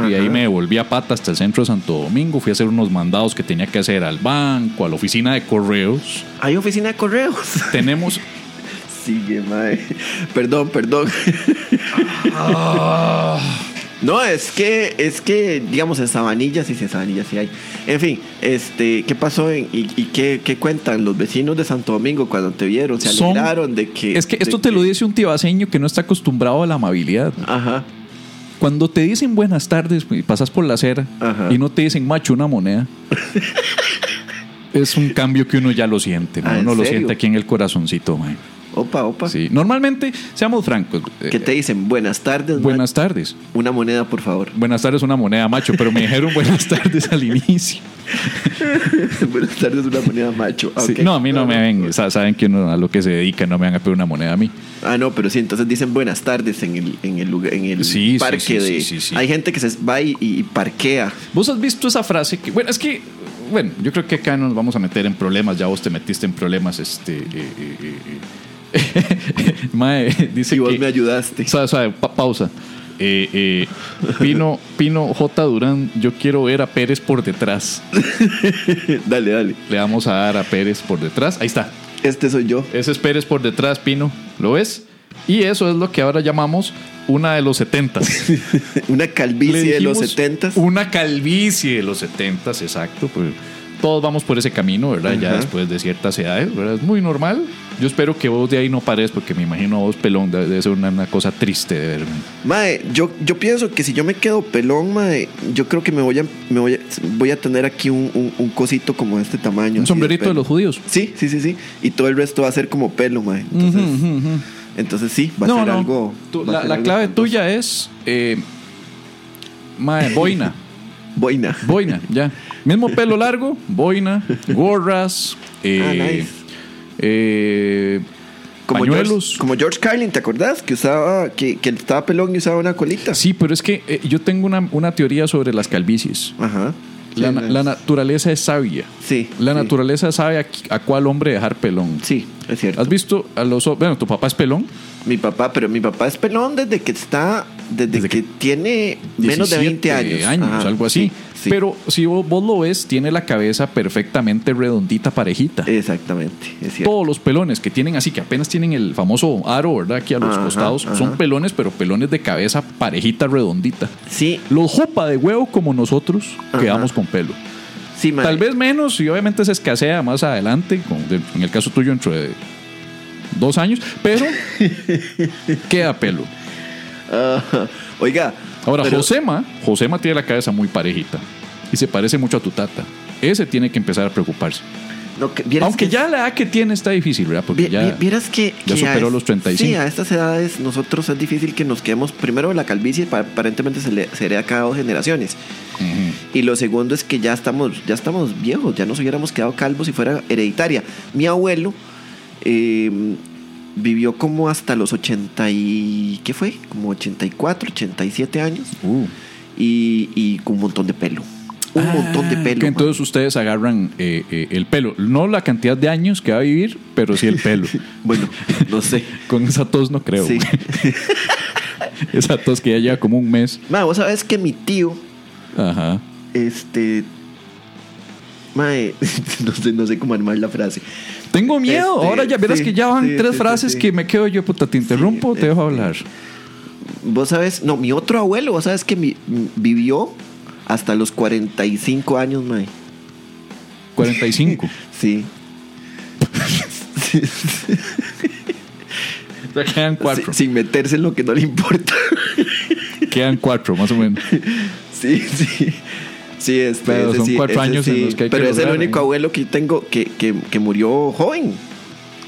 Speaker 1: Y ahí
Speaker 2: Ajá.
Speaker 1: me devolví a pata hasta el centro de Santo Domingo. Fui a hacer unos mandados que tenía que hacer al banco, a la oficina de correos.
Speaker 2: sí. Hay oficina de correos.
Speaker 1: Tenemos.
Speaker 2: Sigue, mae. Perdón, perdón. Ah, No, es que, es que, digamos, en Sabanilla, sí, sí, en Sabanilla sí hay. En fin, este, ¿qué pasó en- y, y qué, qué cuentan los vecinos de Santo Domingo cuando te vieron? ¿Se
Speaker 1: son-
Speaker 2: alegraron de que...?
Speaker 1: Es que
Speaker 2: de
Speaker 1: esto te lo dice un tibaseño que no está acostumbrado a la amabilidad.
Speaker 2: Ajá.
Speaker 1: Cuando te dicen buenas tardes y pasas por la acera
Speaker 2: Ajá.
Speaker 1: y no te dicen macho una moneda. Es un cambio que uno ya lo siente, ¿no?
Speaker 2: Ah, ¿en
Speaker 1: uno lo
Speaker 2: serio?
Speaker 1: siente aquí en el corazoncito, mae.
Speaker 2: Opa, opa.
Speaker 1: Sí. Normalmente, seamos francos, eh,
Speaker 2: ¿Qué te dicen? Buenas tardes,
Speaker 1: buenas tardes.
Speaker 2: ma- Una moneda, por favor.
Speaker 1: Buenas tardes, una moneda, macho, pero me dijeron buenas tardes al inicio.
Speaker 2: buenas tardes, una moneda, macho. Ah,
Speaker 1: Sí,
Speaker 2: ok.
Speaker 1: No, a mí no me ven, sa- saben que uno a lo que se dedica, no me van a pedir una moneda a mí.
Speaker 2: Ah, no, pero sí, entonces dicen buenas tardes en el, en el, lugar, en el
Speaker 1: Sí, sí,
Speaker 2: parque
Speaker 1: sí,
Speaker 2: de...
Speaker 1: sí, sí, sí.
Speaker 2: Hay gente que se va y, y parquea.
Speaker 1: Vos has visto esa frase que, bueno, es que, bueno, yo creo que acá no nos vamos a meter en problemas, ya vos te metiste en problemas, este... eh, eh, eh, eh. Mae, dice
Speaker 2: Si vos
Speaker 1: que-
Speaker 2: me ayudaste.
Speaker 1: Suave, suave, pa- pausa. Eh, eh, Pino, Pino J. Durán, yo quiero ver a Pérez por detrás.
Speaker 2: dale, dale.
Speaker 1: Le vamos a dar a Pérez por detrás. Ahí está.
Speaker 2: Este soy yo.
Speaker 1: Ese es Pérez por detrás, Pino. ¿Lo ves? Y eso es lo que ahora llamamos una de los setentas.
Speaker 2: Una calvicie de los setentas.
Speaker 1: Una calvicie de los setentas, exacto. Pues, todos vamos por ese camino, ¿verdad? Ya
Speaker 2: Ajá.
Speaker 1: después de ciertas edades, ¿verdad? Es muy normal. Yo espero que vos de ahí no pares, porque me imagino a vos pelón de- debe ser una, una cosa triste de verme.
Speaker 2: Mae, yo, yo pienso que si yo me quedo pelón, mae, yo creo que me voy a, me voy a, voy a tener aquí un, un- un cosito como de este tamaño.
Speaker 1: Un
Speaker 2: así
Speaker 1: sombrerito de
Speaker 2: pelo.
Speaker 1: los judíos.
Speaker 2: Sí, sí, sí, sí. Y todo el resto va a ser como pelo, mae. Entonces,
Speaker 1: Ujú, ujú, ujú.
Speaker 2: entonces sí, va a ser algo.
Speaker 1: Tú-
Speaker 2: va a
Speaker 1: la
Speaker 2: ser
Speaker 1: la
Speaker 2: algo
Speaker 1: clave
Speaker 2: espantoso.
Speaker 1: tuya es. eh, mae, boina.
Speaker 2: Boina.
Speaker 1: Boina, ya. Mismo pelo largo, boina, gorras, eh,
Speaker 2: Ah, nice.
Speaker 1: eh, pañuelos.
Speaker 2: George, como George Carlin, ¿te acordás? Que usaba, que, que estaba pelón y usaba una colita.
Speaker 1: Sí, pero es que eh, yo tengo una, una teoría sobre las calvicies.
Speaker 2: Ajá.
Speaker 1: La, na-
Speaker 2: Sí,
Speaker 1: la naturaleza es sabia.
Speaker 2: Sí.
Speaker 1: La
Speaker 2: sí.
Speaker 1: naturaleza sabe a, qui- a cuál hombre dejar pelón.
Speaker 2: Sí, es cierto.
Speaker 1: ¿Has visto a los... ho- Bueno, tu papá es pelón.
Speaker 2: Mi papá, pero mi papá es pelón desde que está, desde,
Speaker 1: Desde
Speaker 2: que,
Speaker 1: que-
Speaker 2: tiene menos de 20 años. Ajá,
Speaker 1: algo así.
Speaker 2: sí, sí.
Speaker 1: Pero si vos, vos lo ves, tiene la cabeza perfectamente redondita, parejita.
Speaker 2: Exactamente, es cierto.
Speaker 1: Todos los pelones que tienen así, que apenas tienen el famoso aro, ¿verdad? Aquí a los
Speaker 2: Ajá,
Speaker 1: costados,
Speaker 2: ajá.
Speaker 1: son pelones, pero pelones de cabeza parejita, redondita.
Speaker 2: Sí,
Speaker 1: Los jupa de huevo como nosotros
Speaker 2: Ajá.
Speaker 1: quedamos con pelo.
Speaker 2: sí, mae.
Speaker 1: Tal vez menos y obviamente se escasea más adelante, con- de- en el caso tuyo entre dos años, pero queda pelo.
Speaker 2: Ah, oiga.
Speaker 1: Ahora,
Speaker 2: pero-
Speaker 1: Josema, Josema tiene la cabeza muy parejita y se parece mucho a tu tata. Ese tiene que empezar a preocuparse.
Speaker 2: no, que- vieras
Speaker 1: Aunque
Speaker 2: que-
Speaker 1: ya la edad que tiene está difícil, ¿verdad? Porque
Speaker 2: vi-
Speaker 1: ya,
Speaker 2: vi- vieras que.
Speaker 1: ya
Speaker 2: que a
Speaker 1: superó
Speaker 2: es-
Speaker 1: los 35.
Speaker 2: Sí, a estas edades nosotros es difícil que nos quedemos. Primero, la calvicie pa- aparentemente se, le, se hereda cada dos generaciones.
Speaker 1: Ujú.
Speaker 2: Y lo segundo es que ya estamos, ya estamos viejos, ya nos hubiéramos quedado calvos si fuera hereditaria. Mi abuelo eh, vivió como hasta los 80 y... ¿Qué fue? Como 84, 87 años
Speaker 1: Uh.
Speaker 2: y, y con un montón de pelo. Un
Speaker 1: Ah,
Speaker 2: montón de pelo.
Speaker 1: que
Speaker 2: man.
Speaker 1: entonces ustedes agarran eh, eh, el pelo. No la cantidad de años que va a vivir, pero sí el pelo.
Speaker 2: Bueno, no sé.
Speaker 1: Con esa tos no creo.
Speaker 2: Sí.
Speaker 1: esa tos que ya lleva como un mes.
Speaker 2: Ma, vos sabés que mi tío,
Speaker 1: Ajá.
Speaker 2: este... Mae, no sé, no sé cómo armar la frase.
Speaker 1: Tengo miedo.
Speaker 2: Este,
Speaker 1: Ahora ya verás
Speaker 2: sí,
Speaker 1: que ya van
Speaker 2: sí,
Speaker 1: tres
Speaker 2: sí,
Speaker 1: frases
Speaker 2: sí, sí.
Speaker 1: que me quedo yo, puta, te interrumpo,
Speaker 2: este,
Speaker 1: te dejo hablar.
Speaker 2: Vos sabes, no, mi otro abuelo, vos sabes que mi- m- vivió hasta los 45 años, mae.
Speaker 1: 45.
Speaker 2: Sí.
Speaker 1: O sea, quedan cuatro.
Speaker 2: Sin- sin meterse en lo que no le importa.
Speaker 1: Quedan cuatro, más o menos.
Speaker 2: Sí, sí. Sí, este,
Speaker 1: Pero
Speaker 2: ese
Speaker 1: son
Speaker 2: sí,
Speaker 1: cuatro
Speaker 2: ese
Speaker 1: años
Speaker 2: sí.
Speaker 1: en los que hay que
Speaker 2: Pero es el
Speaker 1: lograr,
Speaker 2: único
Speaker 1: ¿eh?
Speaker 2: abuelo que yo tengo que, que, que murió joven.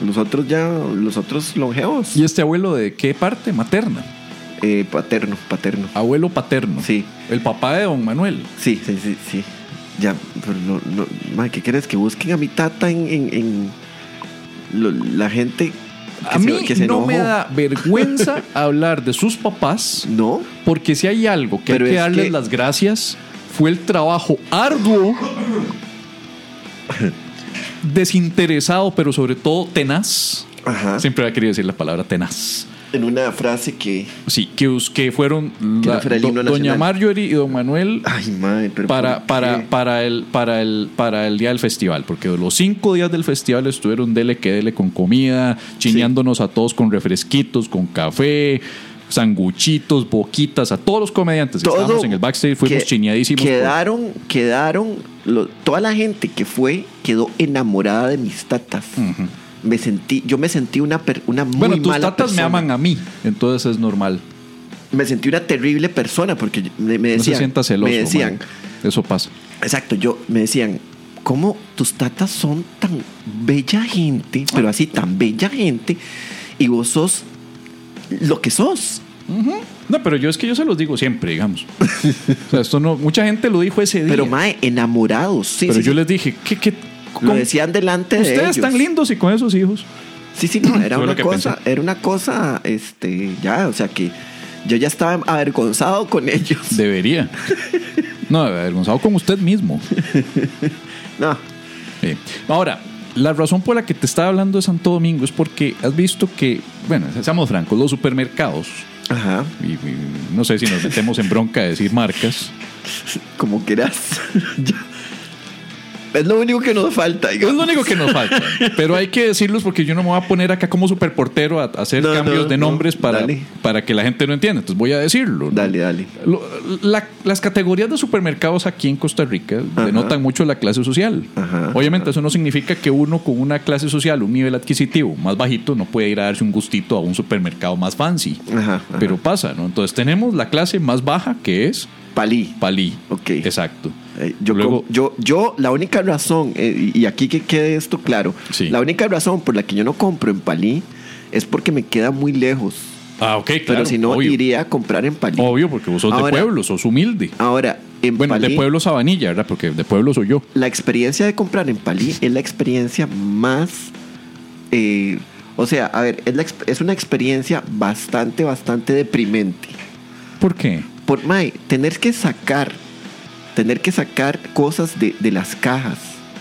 Speaker 2: Los otros ya, los otros longevos.
Speaker 1: ¿Y este abuelo de qué parte? Materna.
Speaker 2: Eh, paterno, paterno.
Speaker 1: Abuelo paterno.
Speaker 2: Sí.
Speaker 1: El papá de don Manuel.
Speaker 2: Sí, sí, sí, sí. Ya, pero no, no, mae, ¿qué crees? Que busquen a mi tata en, en, en lo- la gente que
Speaker 1: A
Speaker 2: se-
Speaker 1: mí
Speaker 2: que se
Speaker 1: no me
Speaker 2: enojó.
Speaker 1: da vergüenza hablar de sus papás,
Speaker 2: No,
Speaker 1: porque si hay algo que
Speaker 2: Pero
Speaker 1: hay que
Speaker 2: es
Speaker 1: darles
Speaker 2: que-
Speaker 1: las gracias, fue el trabajo arduo, desinteresado, pero sobre todo tenaz.
Speaker 2: ajá.
Speaker 1: Siempre había querido decir la palabra tenaz.
Speaker 2: En una frase que.
Speaker 1: Sí, que, us- que fueron
Speaker 2: no
Speaker 1: la-
Speaker 2: fuera el
Speaker 1: do-
Speaker 2: himno
Speaker 1: doña
Speaker 2: nacional.
Speaker 1: Marjorie y don Manuel
Speaker 2: Ay, madre, pero. ¿por
Speaker 1: para,
Speaker 2: qué?
Speaker 1: para, para, el, para, el, para el día del festival, porque los cinco días del festival estuvieron dele que dele con comida, chiñándonos a todos con refresquitos, con café, sanguchitos, boquitas, a todos los comediantes que
Speaker 2: Todo
Speaker 1: estábamos en el backstage, fuimos pues.
Speaker 2: que-
Speaker 1: chiñadísimos. por-
Speaker 2: Quedaron, quedaron, lo- toda la gente que fue quedó enamorada de mis tatas. Me sentí, yo me sentí una, per- una muy
Speaker 1: Bueno, tus
Speaker 2: mala
Speaker 1: tatas me
Speaker 2: persona.
Speaker 1: aman a mí, entonces es normal.
Speaker 2: Me sentí una terrible persona porque yo- me, me
Speaker 1: No
Speaker 2: decían,
Speaker 1: se sienta celoso.
Speaker 2: me decían,
Speaker 1: man. Eso pasa.
Speaker 2: exacto, yo me decían, cómo tus tatas son tan bella gente, pero así tan bella gente, y vos sos lo que sos.
Speaker 1: No, pero yo es que yo se los digo siempre, digamos. O sea, esto no, mucha gente lo dijo ese día.
Speaker 2: Pero mae, enamorados, sí.
Speaker 1: pero
Speaker 2: sí,
Speaker 1: yo
Speaker 2: sí.
Speaker 1: les dije, ¿qué, qué,
Speaker 2: lo
Speaker 1: con-
Speaker 2: decían delante de ellos.
Speaker 1: ustedes tan lindos y con esos hijos?
Speaker 2: Sí, sí, no, era
Speaker 1: Fue lo
Speaker 2: una
Speaker 1: que
Speaker 2: cosa, era una cosa, este, ya, o sea que yo ya estaba avergonzado con ellos.
Speaker 1: Debería. No, avergonzado con usted mismo.
Speaker 2: No,
Speaker 1: Sí. Ahora, la razón por la que te estaba hablando de Santo Domingo es porque has visto que, bueno, seamos francos, los supermercados,
Speaker 2: ajá,
Speaker 1: y, y no sé si nos metemos en bronca de decir marcas,
Speaker 2: como quieras. Ya. es lo único que nos falta,
Speaker 1: es lo
Speaker 2: digamos.
Speaker 1: único que nos falta. Pero hay que decirlos porque yo no me voy a poner acá como superportero a, a hacer
Speaker 2: No,
Speaker 1: cambios
Speaker 2: no,
Speaker 1: de
Speaker 2: no.
Speaker 1: nombres para,
Speaker 2: Dale.
Speaker 1: para que la gente no entienda. Entonces voy a decirlo. ¿no?
Speaker 2: Dale, dale.
Speaker 1: Lo- la- las categorías de supermercados aquí en Costa Rica
Speaker 2: Ajá.
Speaker 1: denotan mucho la clase social.
Speaker 2: Ajá.
Speaker 1: Obviamente eso no significa que uno con una clase social, un nivel adquisitivo más bajito, no puede ir a darse un gustito a un supermercado más fancy.
Speaker 2: Ajá, ajá.
Speaker 1: Pero pasa, ¿no? Entonces tenemos la clase más baja que es
Speaker 2: Palí.
Speaker 1: Palí.
Speaker 2: Ok.
Speaker 1: Exacto.
Speaker 2: Eh, yo,
Speaker 1: Luego-
Speaker 2: com- yo, yo, la única razón, eh, y y aquí que quede esto claro,
Speaker 1: Sí.
Speaker 2: la única razón por la que yo no compro en Palí es porque me queda muy lejos.
Speaker 1: Ah, ok, claro.
Speaker 2: pero si no,
Speaker 1: obvio,
Speaker 2: iría a comprar en Palí.
Speaker 1: Obvio, porque vos sos de
Speaker 2: Ahora-
Speaker 1: pueblo, sos humilde.
Speaker 2: Ahora, en
Speaker 1: Bueno, de
Speaker 2: Palí-
Speaker 1: pueblo Sabanilla, ¿verdad? Porque de pueblo soy yo.
Speaker 2: la experiencia de comprar en Palí es la experiencia más. eh, o sea, a ver, es, la exp- es una experiencia bastante, bastante deprimente.
Speaker 1: ¿Por qué?
Speaker 2: Por Mae, tener que sacar, tener que sacar cosas de, de las cajas,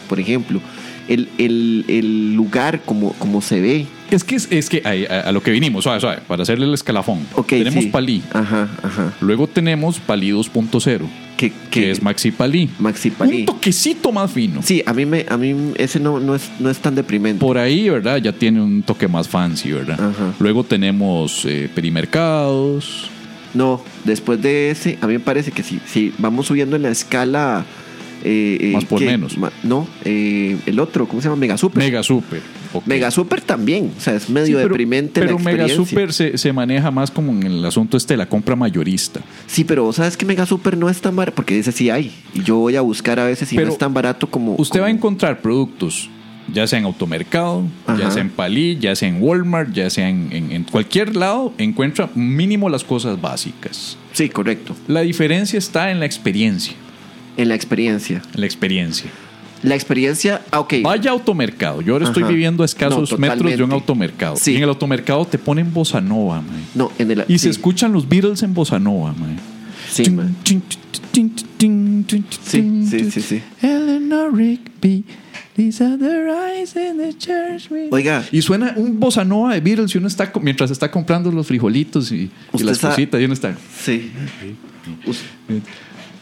Speaker 2: por ejemplo, el, el- el lugar como, como se ve.
Speaker 1: Es que, es, que ahí- a, a lo que vinimos, suave, suave, para hacerle el escalafón.
Speaker 2: Ok,
Speaker 1: tenemos
Speaker 2: sí.
Speaker 1: Palí,
Speaker 2: Ajá, ajá.
Speaker 1: Luego tenemos Palí 2.0,
Speaker 2: Que,
Speaker 1: que
Speaker 2: que-
Speaker 1: es Maxi Palí.
Speaker 2: Maxi Palí.
Speaker 1: Un toquecito más fino.
Speaker 2: Sí, a mí, me, a mí ese no, no, es, no es tan deprimente.
Speaker 1: Por ahí, ¿verdad? Ya tiene un toque más fancy, ¿verdad?
Speaker 2: Ajá.
Speaker 1: Luego tenemos eh, perimercados.
Speaker 2: No, después de ese, a mí me parece que sí, sí, vamos subiendo en la escala. eh, eh,
Speaker 1: Más por
Speaker 2: ¿qué?
Speaker 1: menos.
Speaker 2: Ma- no, eh, el otro, ¿cómo se llama? Mega Super.
Speaker 1: Mega Super. ok.
Speaker 2: Pues, Mega Super también, o sea, es medio
Speaker 1: Sí, pero-
Speaker 2: deprimente
Speaker 1: Pero
Speaker 2: la
Speaker 1: Mega
Speaker 2: experiencia.
Speaker 1: Super se, se maneja más como en el asunto este de la compra mayorista.
Speaker 2: Sí, pero vos sabes que Mega Super no es tan barato, porque dice sí hay. Y yo voy a buscar a veces y
Speaker 1: Pero
Speaker 2: no es tan barato como.
Speaker 1: Usted va a
Speaker 2: como-
Speaker 1: encontrar productos, ya sea en automercado, ya
Speaker 2: Ajá.
Speaker 1: sea en Palí, ya sea en Walmart, ya sea en- en- en cualquier lado, encuentra mínimo las cosas básicas.
Speaker 2: Sí, correcto.
Speaker 1: La diferencia está en la experiencia.
Speaker 2: En la experiencia.
Speaker 1: En la experiencia.
Speaker 2: La experiencia, ah, ok.
Speaker 1: Vaya automercado. Yo ahora estoy
Speaker 2: Ajá.
Speaker 1: viviendo a escasos
Speaker 2: No,
Speaker 1: metros de un
Speaker 2: totalmente.
Speaker 1: automercado.
Speaker 2: Sí.
Speaker 1: Y en el automercado te ponen bossa nova, mae.
Speaker 2: No, en el.
Speaker 1: Y se
Speaker 2: sí,
Speaker 1: escuchan los Beatles en bossa nova, mae.
Speaker 2: Sí,
Speaker 1: Chin,
Speaker 2: mae.
Speaker 1: chin, chin, chin, chin, chin,
Speaker 2: Sí,
Speaker 1: chin,
Speaker 2: sí, sí, sí.
Speaker 1: Eleanor Rigby. These are the eyes in the church we-
Speaker 2: Oiga.
Speaker 1: Y suena un bossa nova de Beatles y uno está co- mientras está comprando los frijolitos y, y
Speaker 2: Usted
Speaker 1: las
Speaker 2: sabe-
Speaker 1: cositas y uno está.
Speaker 2: Sí. Us-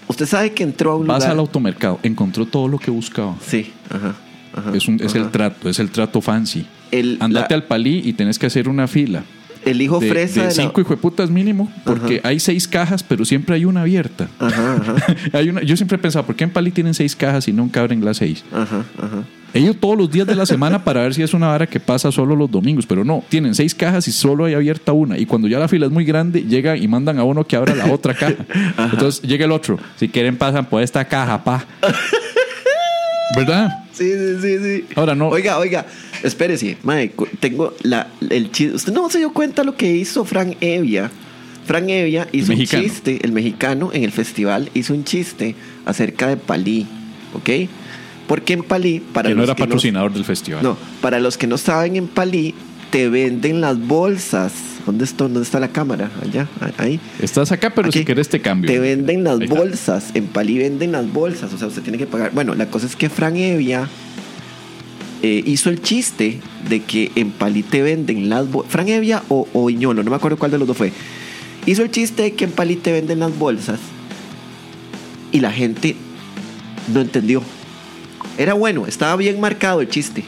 Speaker 2: Usted sabe que entró a un
Speaker 1: Vas
Speaker 2: lugar.
Speaker 1: al automercado, encontró todo lo que buscaba.
Speaker 2: Sí, ajá. ajá,
Speaker 1: Es, un- es el
Speaker 2: Ah, ajá.
Speaker 1: trato, es el trato fancy.
Speaker 2: El-
Speaker 1: Andate
Speaker 2: la-
Speaker 1: al palí y tenés que hacer una fila.
Speaker 2: el hijo
Speaker 1: de,
Speaker 2: fresa.
Speaker 1: de
Speaker 2: de la-
Speaker 1: cinco hijueputas mínimo, porque hay seis cajas, pero siempre hay una abierta.
Speaker 2: Ajá, ajá,
Speaker 1: Hay una, yo siempre he pensado, ¿por qué en Pali tienen seis cajas y nunca abren las seis?
Speaker 2: ajá, ajá.
Speaker 1: Ellos todos los días de la semana para ver si es una vara que pasa solo los domingos, pero no, tienen seis cajas y solo hay abierta una. Y cuando ya la fila es muy grande, llegan y mandan a uno que abra la otra caja. Entonces llega el otro. Si quieren, pasan por esta caja, pa. ¿Verdad?
Speaker 2: Sí, sí, sí, sí.
Speaker 1: Ahora no.
Speaker 2: Oiga, oiga, espérese. Mae, cu- tengo la, el chiste. ¿Usted no se dio cuenta lo que hizo Fran Evia? Fran Evia hizo un
Speaker 1: mexicano.
Speaker 2: chiste, el mexicano en el festival hizo un chiste acerca de Palí, ¿ok? Porque en Palí, para
Speaker 1: que no
Speaker 2: los
Speaker 1: era
Speaker 2: que
Speaker 1: patrocinador del festival.
Speaker 2: No, para los que no saben, en Palí te venden las bolsas. ¿Dónde está, dónde está la cámara? Allá, a- ahí.
Speaker 1: Estás acá, pero
Speaker 2: Aquí.
Speaker 1: si querés te cambio.
Speaker 2: Te venden las
Speaker 1: Ahí está.
Speaker 2: bolsas. En Palí venden las bolsas. O sea, usted tiene que pagar. Bueno, la cosa es que Fran Evia eh, hizo el chiste de que en Palí te venden las bolsas. Fran Evia o, o Iñolo, no me acuerdo cuál de los dos fue. Hizo el chiste de que en Palí te venden las bolsas. Y la gente no entendió. Era bueno, estaba bien marcado el chiste.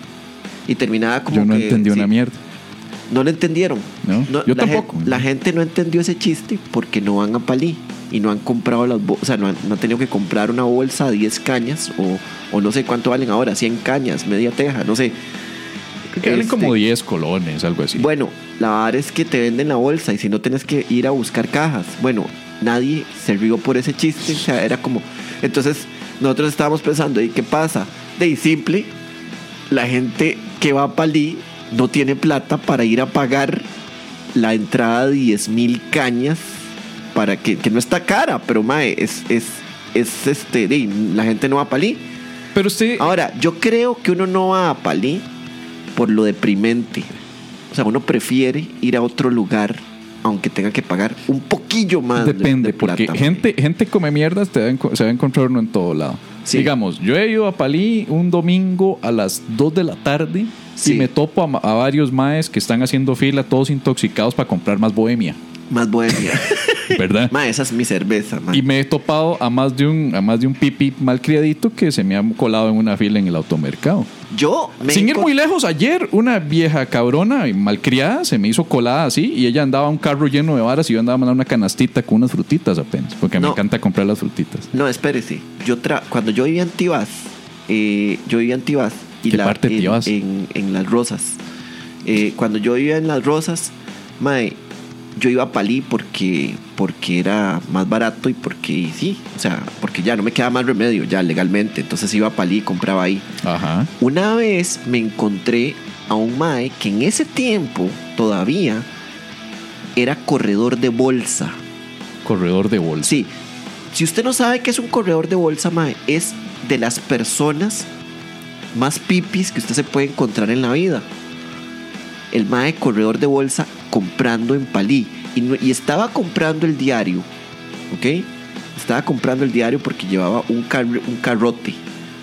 Speaker 2: Y terminaba como
Speaker 1: Yo no
Speaker 2: que,
Speaker 1: entendí una
Speaker 2: sí,
Speaker 1: mierda.
Speaker 2: no lo entendieron.
Speaker 1: No, yo
Speaker 2: la gen-
Speaker 1: tampoco.
Speaker 2: la gente no entendió ese chiste porque no van a Palí y no han comprado las bolsas, o sea, no han, no han tenido que comprar una bolsa de 10 cañas o, o no sé cuánto valen ahora, 100 cañas, media teja, no sé.
Speaker 1: Creo que valen
Speaker 2: Este,
Speaker 1: como 10 colones, algo así.
Speaker 2: Bueno, la verdad es que te venden la bolsa y si no tenés que ir a buscar cajas. Bueno, nadie se rió por ese chiste, o sea, era como. Entonces, nosotros estábamos pensando, ¿y qué pasa? De ahí, simple, la gente que va a Palí no tiene plata para ir a pagar la entrada de 10 mil cañas para que, que no está cara, pero mae, es, es, es este, de ahí, la gente no va a Palí.
Speaker 1: pero usted,
Speaker 2: Ahora, yo creo que uno no va a Palí por lo deprimente. O sea, uno prefiere ir a otro lugar aunque tenga que pagar un poquillo más. de-
Speaker 1: Depende,
Speaker 2: de plata,
Speaker 1: porque
Speaker 2: mae.
Speaker 1: gente, gente come mierdas te va a enco- se va a encontrar uno en todo lado.
Speaker 2: Sí.
Speaker 1: Digamos, yo he ido a Palí un domingo a las 2 de la tarde
Speaker 2: Sí.
Speaker 1: y me topo a, ma- a varios maes que están haciendo fila, todos intoxicados para comprar más bohemia,
Speaker 2: Más bohemia.
Speaker 1: ¿verdad?
Speaker 2: ma, esa es mi cerveza, ma.
Speaker 1: y me he topado a más de un a más de un pipi malcriadito que se me ha colado en una fila en el automercado.
Speaker 2: Yo me
Speaker 1: Sin ir
Speaker 2: encon-
Speaker 1: muy lejos, ayer una vieja cabrona y malcriada se me hizo colada así y ella andaba un carro lleno de varas y yo andaba mandando una canastita con unas frutitas apenas, porque
Speaker 2: No.
Speaker 1: me encanta comprar las frutitas.
Speaker 2: No, espérese. Yo tra... Cuando yo vivía en Tibás, eh, yo vivía en Tibás. Y
Speaker 1: ¿Qué
Speaker 2: la,
Speaker 1: parte de
Speaker 2: en,
Speaker 1: Tibás?
Speaker 2: En, en Las Rosas. Eh, cuando yo vivía en Las Rosas, mae, yo iba a Palí porque, porque era más barato y porque y sí, o sea, porque ya no me quedaba más remedio, ya legalmente. Entonces iba a Palí y compraba ahí.
Speaker 1: Ajá.
Speaker 2: Una vez me encontré a un mae que en ese tiempo todavía era corredor de bolsa.
Speaker 1: Corredor de bolsa.
Speaker 2: Sí. Si usted no sabe qué es un corredor de bolsa, mae, es de las personas más pipis que usted se puede encontrar en la vida. El mae corredor de bolsa comprando en Palí. Y, no- y estaba comprando el diario. ¿Ok? Estaba comprando el diario porque llevaba un, car- un carrote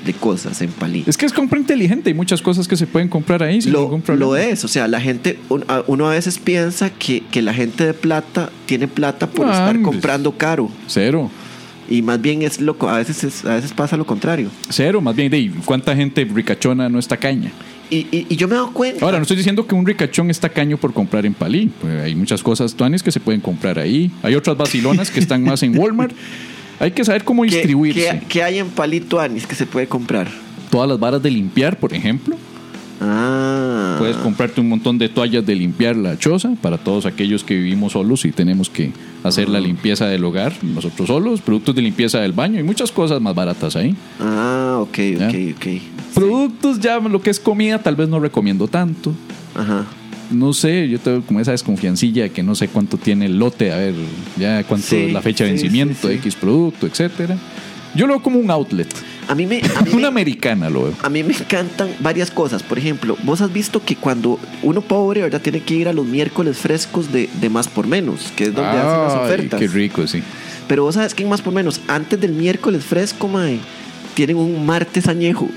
Speaker 2: de cosas en Palí.
Speaker 1: Es que es compra inteligente. Hay muchas cosas que se pueden comprar ahí sin
Speaker 2: Lo,
Speaker 1: ningún problema.
Speaker 2: lo es, o sea, la gente, un- a- uno a veces piensa que, que la gente de plata tiene plata por
Speaker 1: Ah,
Speaker 2: estar
Speaker 1: hombre.
Speaker 2: comprando caro.
Speaker 1: Cero.
Speaker 2: Y más bien es loco, a veces, es- a veces pasa lo contrario.
Speaker 1: Cero, más bien. de ¿Cuánta gente ricachona no está caña?
Speaker 2: Y, y- y yo me he dado cuenta.
Speaker 1: Ahora, no estoy diciendo que un ricachón está caño por comprar en Palí. Pues hay muchas cosas tuanes que se pueden comprar ahí. Hay otras vacilonas que están más en Walmart. Hay que saber cómo
Speaker 2: ¿qué-
Speaker 1: distribuirse.
Speaker 2: ¿qué, qué hay en Palito Anis que se puede comprar?
Speaker 1: Todas las varas de limpiar, por ejemplo.
Speaker 2: Ah.
Speaker 1: Puedes comprarte un montón de toallas de limpiar la choza para todos aquellos que vivimos solos y tenemos que hacer
Speaker 2: Ah.
Speaker 1: la limpieza del hogar nosotros solos, productos de limpieza del baño y muchas cosas más baratas ahí.
Speaker 2: Ah, ok, ok,
Speaker 1: Ya.
Speaker 2: ok.
Speaker 1: Productos ya lo que es comida tal vez no recomiendo tanto.
Speaker 2: Ajá.
Speaker 1: No sé, yo tengo como esa desconfiancilla de que no sé cuánto tiene el lote, a ver ya cuánto
Speaker 2: Sí,
Speaker 1: es la fecha de
Speaker 2: sí,
Speaker 1: vencimiento, de
Speaker 2: sí, sí.
Speaker 1: X producto, etcétera. Yo lo veo como un outlet,
Speaker 2: A mí me. A mí
Speaker 1: una
Speaker 2: me...
Speaker 1: americana lo veo.
Speaker 2: a mí me encantan varias cosas. Por ejemplo, vos has visto que cuando uno pobre, ¿verdad? Tiene que ir a los miércoles frescos de, de Más por Menos, que es donde hacen las
Speaker 1: Ay,
Speaker 2: ofertas.
Speaker 1: qué rico, sí.
Speaker 2: Pero vos sabes que en Más por Menos, antes del miércoles fresco, mae, tienen un martes añejo.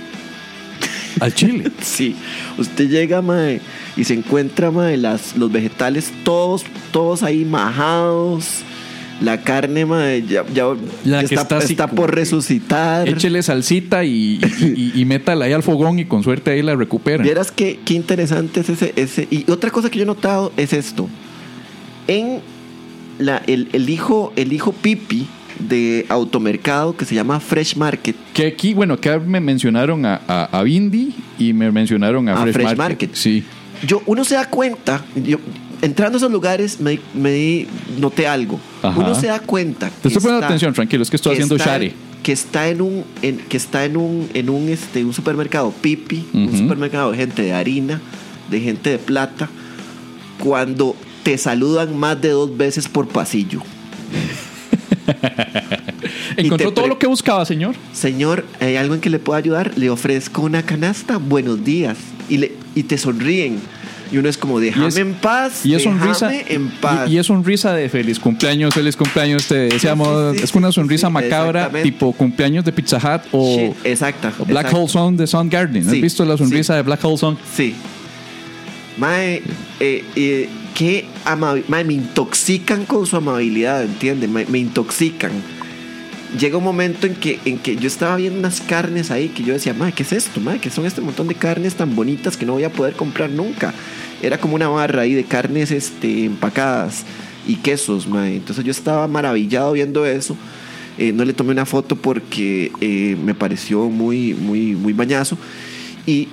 Speaker 1: Al chile.
Speaker 2: Sí, usted llega, mae, y se encuentra, mae, las, los vegetales todos, todos ahí majados. La carne, mae, ya, ya-
Speaker 1: La
Speaker 2: ya
Speaker 1: que está así como
Speaker 2: por
Speaker 1: que-
Speaker 2: resucitar.
Speaker 1: Échele salsita y, y, y- y métala ahí al fogón y con suerte ahí la recupera.
Speaker 2: Vieras qué, qué interesante es ese, ese. Y otra cosa que yo he notado es esto. en la- el, el hijo, el hijo Pipi de automercado que se llama Fresh Market.
Speaker 1: Que aquí, bueno, acá me mencionaron a, a, a Bindi y me mencionaron a,
Speaker 2: A
Speaker 1: Fresh,
Speaker 2: Fresh
Speaker 1: Market.
Speaker 2: Market.
Speaker 1: Sí.
Speaker 2: Yo, uno se da cuenta, yo, entrando a esos lugares me, me di- noté algo.
Speaker 1: Ajá.
Speaker 2: Uno se da cuenta.
Speaker 1: Te estoy poniendo atención, tranquilo, es que estoy haciendo
Speaker 2: está-
Speaker 1: share.
Speaker 2: Que está en un, en- que está en un, en un, este, un supermercado pipi, un
Speaker 1: Ujú.
Speaker 2: supermercado de gente de harina, de gente de plata, cuando te saludan más de dos veces por pasillo. te
Speaker 1: Encontró todo
Speaker 2: pre-
Speaker 1: lo que buscaba, señor.
Speaker 2: Señor, ¿hay algo en que le pueda ayudar? Le ofrezco una canasta, buenos días. Y, le, y te sonríen. Y uno es como, déjame
Speaker 1: es-
Speaker 2: en paz.
Speaker 1: Y es
Speaker 2: déjame
Speaker 1: sonrisa.
Speaker 2: en paz.
Speaker 1: Y, y es sonrisa de feliz cumpleaños, feliz cumpleaños, te deseamos.
Speaker 2: sí, sí,
Speaker 1: es una
Speaker 2: sí,
Speaker 1: sonrisa
Speaker 2: sí,
Speaker 1: macabra,
Speaker 2: exactamente.
Speaker 1: tipo cumpleaños de Pizza Hut o,
Speaker 2: Shit, exacta.
Speaker 1: o Black
Speaker 2: exacta.
Speaker 1: Hole Song de Soundgarden. ¿Has
Speaker 2: Sí,
Speaker 1: visto la sonrisa de Black Hole Song?
Speaker 2: Sí. Mae, eh, eh, qué amabi- mae, me intoxican con su amabilidad, ¿entiendes? Me, me intoxican. Llega un momento en que, en que yo estaba viendo unas carnes ahí que yo decía, mae, ¿qué es esto? Mae, ¿qué son este montón de carnes tan bonitas que no voy a poder comprar nunca? Era como una barra ahí de carnes este, empacadas y quesos, mae. Entonces yo estaba maravillado viendo eso. Eh, no le tomé una foto porque eh, me pareció muy, muy, muy bañazo. Y,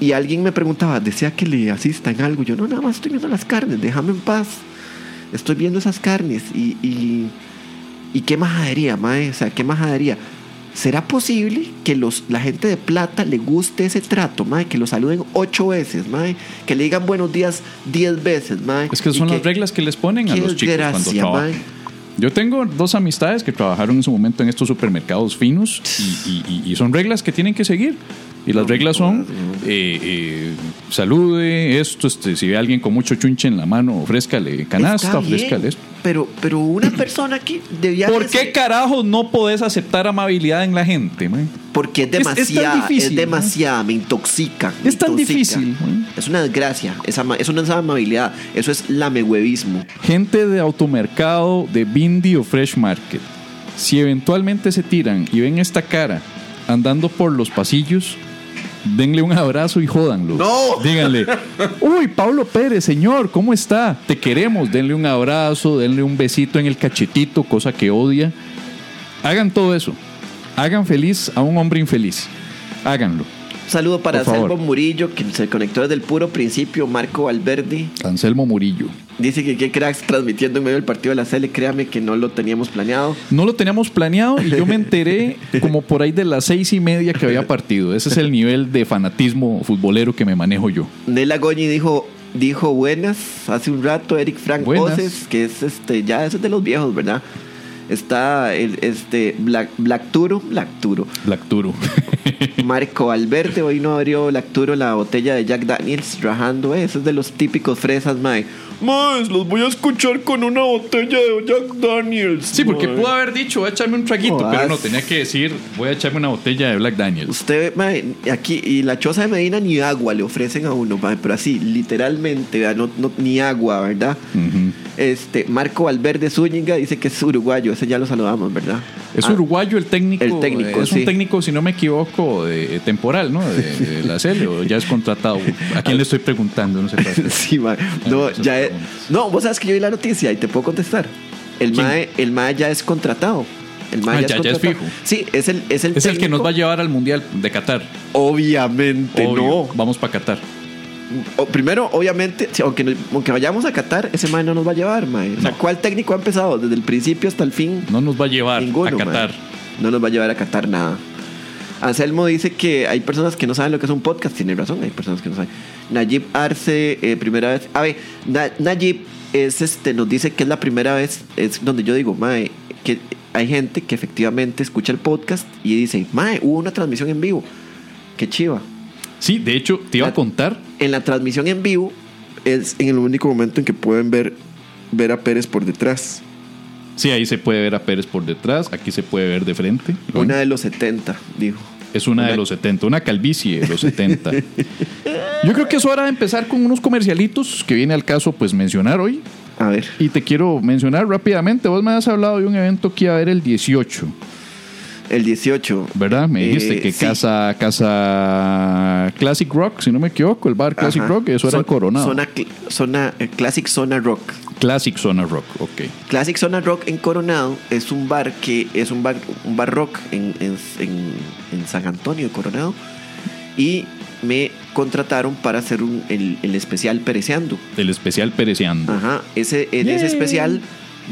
Speaker 2: y alguien me preguntaba, ¿desea que le asista en algo? Yo, no, nada más estoy viendo las carnes, déjame en paz. Estoy viendo esas carnes. Y, y, y qué majadería, mae. O sea, qué majadería. ¿Será posible que los, la gente de plata le guste ese trato, mae? Que lo saluden ocho veces, mae. Que le digan buenos días diez veces, mae.
Speaker 1: Es que son
Speaker 2: y
Speaker 1: las reglas que les ponen a
Speaker 2: qué
Speaker 1: los chicos cuando
Speaker 2: desgracia,
Speaker 1: trabajan.
Speaker 2: mae.
Speaker 1: Yo tengo dos amistades que trabajaron en su momento en estos supermercados finos y, y- y- y son reglas que tienen que seguir. Y las reglas son, eh, eh, salude esto, este, si ve a alguien con mucho chunche en la mano, ofrézcale canasta,
Speaker 2: Está bien,
Speaker 1: ofrézcale esto.
Speaker 2: Pero, pero una persona que debía...
Speaker 1: ¿Por qué carajo no podés aceptar amabilidad en la gente? man?
Speaker 2: Porque es
Speaker 1: Es- es tan
Speaker 2: demasiada, es,
Speaker 1: difícil, ¿no?
Speaker 2: demasiada, me intoxica. me
Speaker 1: Es tan
Speaker 2: intoxica.
Speaker 1: difícil, ¿no?
Speaker 2: Es una desgracia, es ama- eso no es amabilidad, eso es lamehuevismo.
Speaker 1: Gente de automercado, de Bindi o Fresh Market, si eventualmente se tiran y ven esta cara andando por los pasillos, denle un abrazo y jódanlo.
Speaker 2: ¡No!
Speaker 1: Díganle, uy, Pablo Pérez, señor, ¿cómo está? Te queremos, denle un abrazo, denle un besito en el cachetito, cosa que odia. Hagan todo eso. Hagan feliz a un hombre infeliz. Háganlo.
Speaker 2: Un saludo para
Speaker 1: Por favor.
Speaker 2: Selvo Murillo, que se conectó desde el puro principio, Marco Valverde.
Speaker 1: Anselmo Murillo.
Speaker 2: Dice que qué cracks transmitiendo en medio del partido de la Sele, créame que no lo teníamos planeado.
Speaker 1: No lo teníamos planeado y yo me enteré como por ahí de las seis y media que había partido. Ese es el nivel de fanatismo futbolero que me manejo yo.
Speaker 2: Nela Goñi dijo, dijo buenas hace un rato, Eric Frank
Speaker 1: Buenas.
Speaker 2: Oces, que es este, ya ese es de los viejos, ¿verdad? Está el, este Black, Black Turo, Black Turo.
Speaker 1: Lacturo.
Speaker 2: Marco Valverde hoy no abrió Lacturo la botella de Jack Daniels rajando, eh, eso es de los típicos fresas, mae. Maes, los voy a escuchar con una botella de Jack Daniels.
Speaker 1: Sí, porque
Speaker 2: mae.
Speaker 1: pudo haber dicho, voy a echarme un traguito,
Speaker 2: Jodas.
Speaker 1: pero no, tenía que decir, voy a echarme una botella de Black Daniels.
Speaker 2: Usted, mae, aquí, y la choza de Medina ni agua le ofrecen a uno, mae, pero así, literalmente, vea, no, no- ni agua, ¿verdad?
Speaker 1: Ujú.
Speaker 2: Este, Marco Valverde Zúñiga dice que es uruguayo, ese ya lo saludamos, ¿verdad?
Speaker 1: Es
Speaker 2: Ah,
Speaker 1: uruguayo el técnico.
Speaker 2: el técnico,
Speaker 1: eh, es un
Speaker 2: sí.
Speaker 1: técnico, si no me equivoco, de, eh, temporal, ¿no? De, de la CL, o ya es contratado. ¿A quién le estoy preguntando? No sé. para-
Speaker 2: Sí, mae. No,
Speaker 1: Ah, esas
Speaker 2: ya es-
Speaker 1: preguntas.
Speaker 2: no, vos sabes que yo vi la noticia y te puedo contestar. El
Speaker 1: ¿Quién?
Speaker 2: mae, el mae ya es contratado. El mae
Speaker 1: Ah,
Speaker 2: ya,
Speaker 1: ya-
Speaker 2: es
Speaker 1: ya es
Speaker 2: contratado.
Speaker 1: fijo.
Speaker 2: Sí, es el es el,
Speaker 1: Es el que nos va a
Speaker 2: técnico.
Speaker 1: llevar al Mundial de Qatar.
Speaker 2: Obviamente
Speaker 1: Obvio.
Speaker 2: no.
Speaker 1: Vamos para Qatar.
Speaker 2: O- primero, obviamente, sí, aunque, no- aunque vayamos a Qatar, ese mae no nos va a llevar, mae. O sea,
Speaker 1: No.
Speaker 2: ¿cuál técnico ha empezado desde el principio hasta el fin?
Speaker 1: No nos va a llevar
Speaker 2: Ninguno,
Speaker 1: a
Speaker 2: mae.
Speaker 1: Qatar.
Speaker 2: No nos va a llevar a Qatar nada. Anselmo dice que hay personas que no saben lo que es un podcast. Tiene razón, hay personas que no saben. Najib Arce, eh, primera vez. A ver, Na- Najib es este, nos dice que es la primera vez, es donde yo digo, Mae, que hay gente que efectivamente escucha el podcast y dice, Mae, hubo una transmisión en vivo. Qué chiva.
Speaker 1: Sí, de hecho, te iba a
Speaker 2: La-
Speaker 1: contar.
Speaker 2: En la transmisión en vivo es en el único momento en que pueden ver, ver a Pérez por detrás.
Speaker 1: Sí, ahí se puede ver a Pérez por detrás, aquí se puede ver de frente.
Speaker 2: Una de los 70, dijo.
Speaker 1: es una, de
Speaker 2: una-
Speaker 1: los 70, una calvicie de los 70. Yo creo que es hora de empezar con unos comercialitos que viene al caso pues mencionar hoy.
Speaker 2: A ver.
Speaker 1: Y te quiero mencionar rápidamente, vos me has hablado de un evento que iba a haber el 18.
Speaker 2: El 18.
Speaker 1: ¿Verdad? Me
Speaker 2: Eh,
Speaker 1: dijiste que
Speaker 2: sí.
Speaker 1: casa, casa Classic Rock, si no me equivoco, el bar Classic
Speaker 2: Ajá.
Speaker 1: Rock, eso era
Speaker 2: Zon-
Speaker 1: el Coronado.
Speaker 2: Zona, cl- zona, eh, Classic Zona Rock.
Speaker 1: Classic Zona Rock, ok.
Speaker 2: Classic Zona Rock en Coronado es un bar que es un bar, un bar rock en, en- en- en San Antonio de Coronado. Y me contrataron para hacer un- el, el especial Pereceando.
Speaker 1: El especial Pereceando.
Speaker 2: Ajá. Ese, en
Speaker 1: Yay.
Speaker 2: ese especial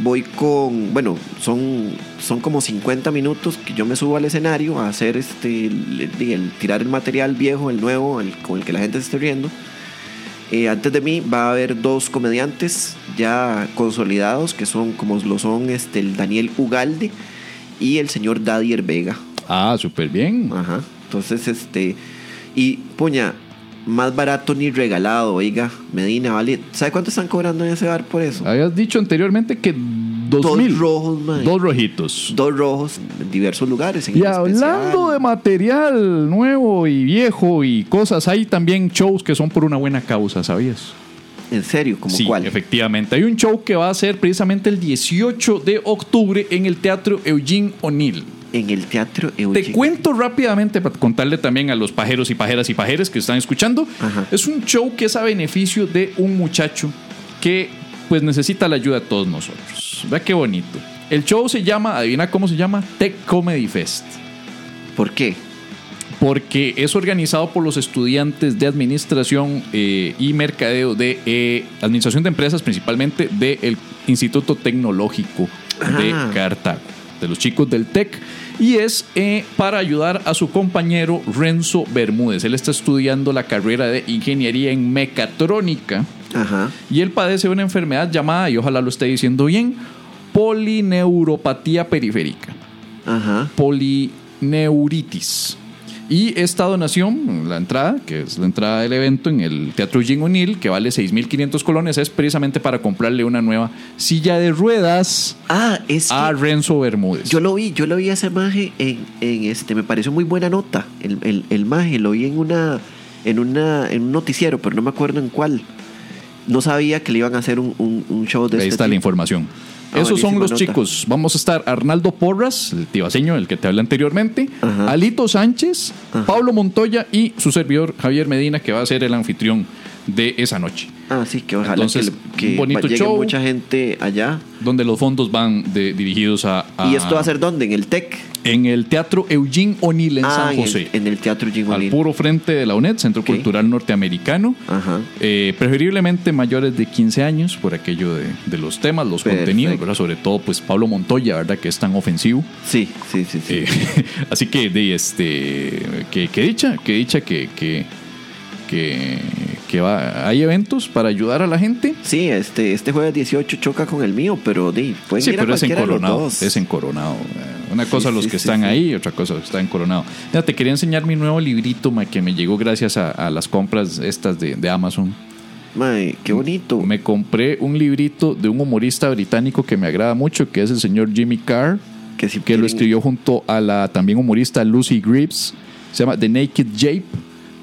Speaker 2: voy con. Bueno, son, son como 50 minutos que yo me subo al escenario a hacer este. El, el- el- tirar el material viejo, el nuevo, el, con el que la gente se esté riendo. Eh, antes de mí va a haber dos comediantes ya consolidados que son como lo son este, el Daniel Ugalde y el señor Dadier Vega.
Speaker 1: Ah, súper bien.
Speaker 2: Ajá. Entonces, este. Y, puña, más barato ni regalado, oiga. Medina, vale. ¿Sabe cuánto están cobrando en ese bar por eso?
Speaker 1: Habías dicho anteriormente que dos,
Speaker 2: Ah. Dos
Speaker 1: mil.
Speaker 2: rojos, mae.
Speaker 1: Dos rojitos.
Speaker 2: Dos rojos en diversos lugares. En
Speaker 1: Y
Speaker 2: el
Speaker 1: hablando
Speaker 2: especial.
Speaker 1: de material nuevo y viejo y cosas, hay también shows que son por una buena causa, ¿sabías?
Speaker 2: En serio, ¿como
Speaker 1: sí,
Speaker 2: cuál?
Speaker 1: efectivamente. Hay un show que va a ser precisamente el 18 de octubre en el Teatro Eugene O'Neill.
Speaker 2: En el teatro
Speaker 1: Te
Speaker 2: Eugene.
Speaker 1: cuento rápidamente para contarle también a los pajeros y pajeras y pajeres que están escuchando.
Speaker 2: Ajá.
Speaker 1: Es un show que es a beneficio de un muchacho que pues necesita la ayuda de todos nosotros. Vea qué bonito. El show se llama, adivina cómo se llama, Tech Comedy Fest.
Speaker 2: ¿Por qué?
Speaker 1: Porque es organizado por los estudiantes de administración eh, y mercadeo de eh, administración de empresas, principalmente del Instituto Tecnológico de
Speaker 2: Ah.
Speaker 1: Cartago, de los chicos del TEC. Y es eh, para ayudar a su compañero Renzo Bermúdez. Él está estudiando la carrera de ingeniería en mecatrónica
Speaker 2: Ajá.
Speaker 1: y él padece una enfermedad llamada, y ojalá lo esté diciendo bien, polineuropatía periférica
Speaker 2: Ajá.
Speaker 1: polineuritis. Y esta donación, la entrada, que es la entrada del evento en el Teatro Eugene O'Neill, que vale 6.500 colones, es precisamente para comprarle una nueva silla de ruedas
Speaker 2: Ah, es que
Speaker 1: a Renzo Bermúdez.
Speaker 2: yo lo vi, yo lo vi a ese maje en, en este, me pareció muy buena nota. El, el, el maje, lo vi en una, en una, en un noticiero, pero no me acuerdo en cuál. No sabía que le iban a hacer un, un, un show de
Speaker 1: Ahí
Speaker 2: este
Speaker 1: está la
Speaker 2: tipo.
Speaker 1: información.
Speaker 2: Ah,
Speaker 1: Esos son
Speaker 2: buenísima
Speaker 1: los
Speaker 2: nota.
Speaker 1: chicos. Vamos a estar Arnaldo Porras, el tibaseño, el que te hablé anteriormente,
Speaker 2: Ajá.
Speaker 1: Alito Sánchez,
Speaker 2: Ajá.
Speaker 1: Pablo Montoya y su servidor Javier Medina, que va a ser el anfitrión de esa noche.
Speaker 2: Ah, sí, que ojalá
Speaker 1: Entonces,
Speaker 2: que, que
Speaker 1: un bonito
Speaker 2: llegue
Speaker 1: show.
Speaker 2: mucha gente allá.
Speaker 1: donde los fondos van de- dirigidos a, a-
Speaker 2: ¿Y esto va a ser dónde? ¿En el TEC?
Speaker 1: en el Teatro Eugene O'Neill en San José,
Speaker 2: Ah, En el, Teatro
Speaker 1: al
Speaker 2: Gingolín.
Speaker 1: puro frente de la UNED, Centro
Speaker 2: Ok.
Speaker 1: Cultural Norteamericano.
Speaker 2: Ajá.
Speaker 1: Eh, preferiblemente mayores de 15 años por aquello de, de los temas, los
Speaker 2: Perfecto.
Speaker 1: contenidos, ¿verdad? sobre todo pues Pablo Montoya, ¿verdad? Que es tan ofensivo.
Speaker 2: Sí, sí, sí, sí.
Speaker 1: Eh, así que de este que, que dicha, que dicha que que, que, que va, hay eventos para ayudar a la gente.
Speaker 2: Sí, este, este jueves 18 choca con el mío, pero di, pueden
Speaker 1: Sí,
Speaker 2: ir a
Speaker 1: pero es en
Speaker 2: cualquiera de los
Speaker 1: Coronado.
Speaker 2: dos.
Speaker 1: Es en Coronado. Una
Speaker 2: Sí,
Speaker 1: cosa los
Speaker 2: sí,
Speaker 1: que
Speaker 2: sí,
Speaker 1: están
Speaker 2: sí.
Speaker 1: ahí, otra cosa los que están en Coronado. Mira, te quería enseñar mi nuevo librito ma, que me llegó gracias a, a las compras estas de, de Amazon.
Speaker 2: Mae, qué bonito.
Speaker 1: Me compré un librito de un humorista británico que me agrada mucho, que es el señor Jimmy Carr,
Speaker 2: que si
Speaker 1: que lo
Speaker 2: quieren-
Speaker 1: escribió junto a la también humorista Lucy Gribbs. Se llama The Naked Jape,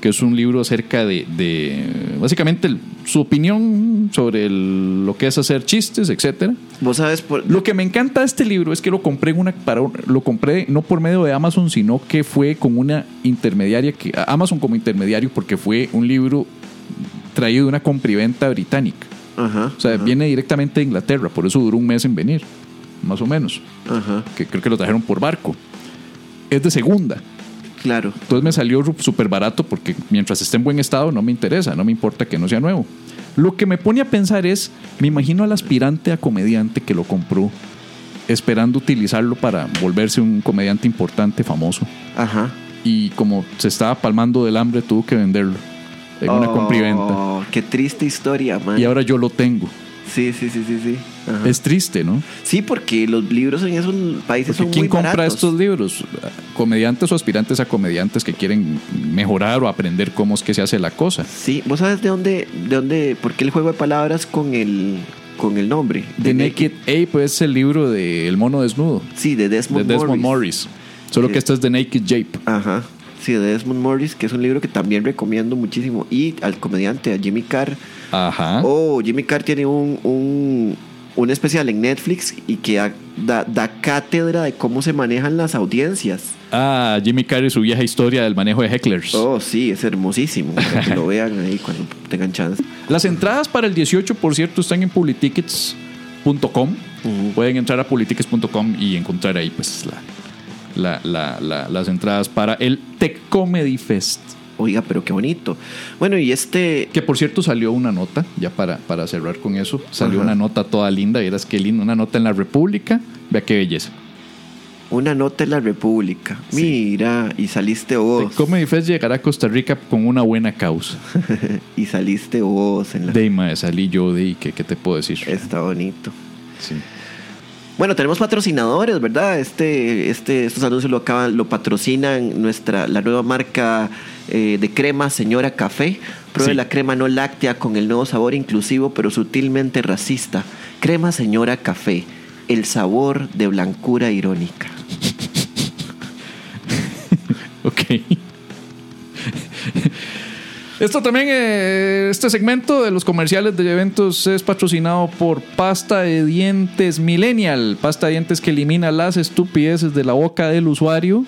Speaker 1: que es un libro acerca de, de, básicamente el- su opinión sobre el- lo que es hacer chistes, etcétera.
Speaker 2: Vos sabes por...
Speaker 1: Lo que me encanta de este libro es que lo compré en una para un- lo compré no por medio de Amazon, sino que fue con una intermediaria que Amazon como intermediario porque fue un libro traído de una compriventa británica.
Speaker 2: Ajá.
Speaker 1: O sea,
Speaker 2: ajá,
Speaker 1: viene directamente de Inglaterra, por eso duró un mes en venir, más o menos,
Speaker 2: Ajá,
Speaker 1: que creo que lo trajeron por barco. Es de segunda.
Speaker 2: claro.
Speaker 1: Entonces me salió ru- súper barato porque mientras esté en buen estado no me interesa, no me importa que no sea nuevo. Lo que me pone a pensar es, me imagino al aspirante a comediante que lo compró esperando utilizarlo para volverse un comediante importante, famoso.
Speaker 2: Ajá.
Speaker 1: Y como se estaba palmando del hambre, tuvo que venderlo en una
Speaker 2: Oh,
Speaker 1: compriventa.
Speaker 2: Qué triste historia, man.
Speaker 1: Y ahora yo lo tengo.
Speaker 2: Sí, sí, sí, sí, sí. Ajá.
Speaker 1: Es triste, ¿no?
Speaker 2: Sí, porque los libros en esos países
Speaker 1: Porque
Speaker 2: son
Speaker 1: ¿quién
Speaker 2: muy
Speaker 1: compra
Speaker 2: baratos.
Speaker 1: estos libros? Comediantes o aspirantes a comediantes que quieren mejorar o aprender cómo es que se hace la cosa.
Speaker 2: Sí, vos sabes de dónde, de dónde, por qué el juego de palabras con el, con el nombre.
Speaker 1: The Naked Ape es el libro de El mono desnudo,
Speaker 2: Sí, de
Speaker 1: de
Speaker 2: Desmond,
Speaker 1: Desmond
Speaker 2: Morris.
Speaker 1: Morris. Solo
Speaker 2: Sí.
Speaker 1: que este es The Naked Jape.
Speaker 2: Ajá. Sí, de Desmond Morris, que es un libro que también recomiendo muchísimo. Y al comediante, a Jimmy Carr.
Speaker 1: Ajá.
Speaker 2: Oh, Jimmy Carr tiene un, un, un especial en Netflix y que da, da- da cátedra de cómo se manejan las audiencias.
Speaker 1: Ah, Jimmy Carrey, su vieja historia del manejo de hecklers.
Speaker 2: Oh, sí, es hermosísimo. Para que lo vean ahí cuando tengan chance.
Speaker 1: Las entradas para el 18, por cierto, están en publitickets.com. Pueden entrar a publitickets.com y encontrar ahí pues la, la- la- la- las entradas para el Tech Comedy Fest.
Speaker 2: Oiga, pero qué bonito. Bueno, y este.
Speaker 1: Que por cierto salió una nota, ya para, para cerrar con eso, salió
Speaker 2: Ajá.
Speaker 1: una nota toda linda, vieras qué lindo, una nota en la República, vea qué belleza.
Speaker 2: Una nota en la República. Mira, y saliste vos.
Speaker 1: Tech Comedy Fest llegará a Costa Rica con una buena causa.
Speaker 2: y saliste vos en la.
Speaker 1: Deima, salí yo de ¿qué, qué te puedo decir?
Speaker 2: Está bonito.
Speaker 1: Sí.
Speaker 2: Bueno, tenemos patrocinadores, ¿verdad? Este, este, estos anuncios lo acaban, lo patrocinan nuestra, la nueva marca eh, de crema Señora Café. Pruebe
Speaker 1: Sí.
Speaker 2: la crema no láctea con el nuevo sabor inclusivo pero sutilmente racista. Crema Señora Café, el sabor de blancura irónica.
Speaker 1: Ok. Esto también, eh, este segmento de los comerciales de eventos es patrocinado por Pasta de Dientes Millennial. Pasta de dientes que elimina las estupideces de la boca del usuario.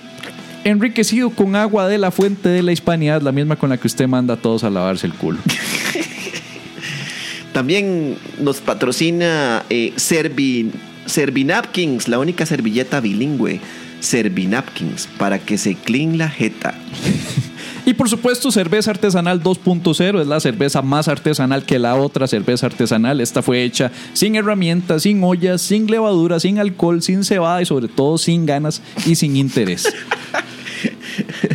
Speaker 1: Enriquecido con agua de la fuente de la hispanidad, la misma con la que usted manda a todos a lavarse el culo.
Speaker 2: También nos patrocina eh, Servi- Servinapkins, la única servilleta bilingüe. Servinapkins, para que se clean la jeta.
Speaker 1: Y por supuesto, cerveza artesanal 2.0 es la cerveza más artesanal que la otra cerveza artesanal. Esta fue hecha sin herramientas, sin ollas, sin levadura, sin alcohol, sin cebada y sobre todo sin ganas y sin interés.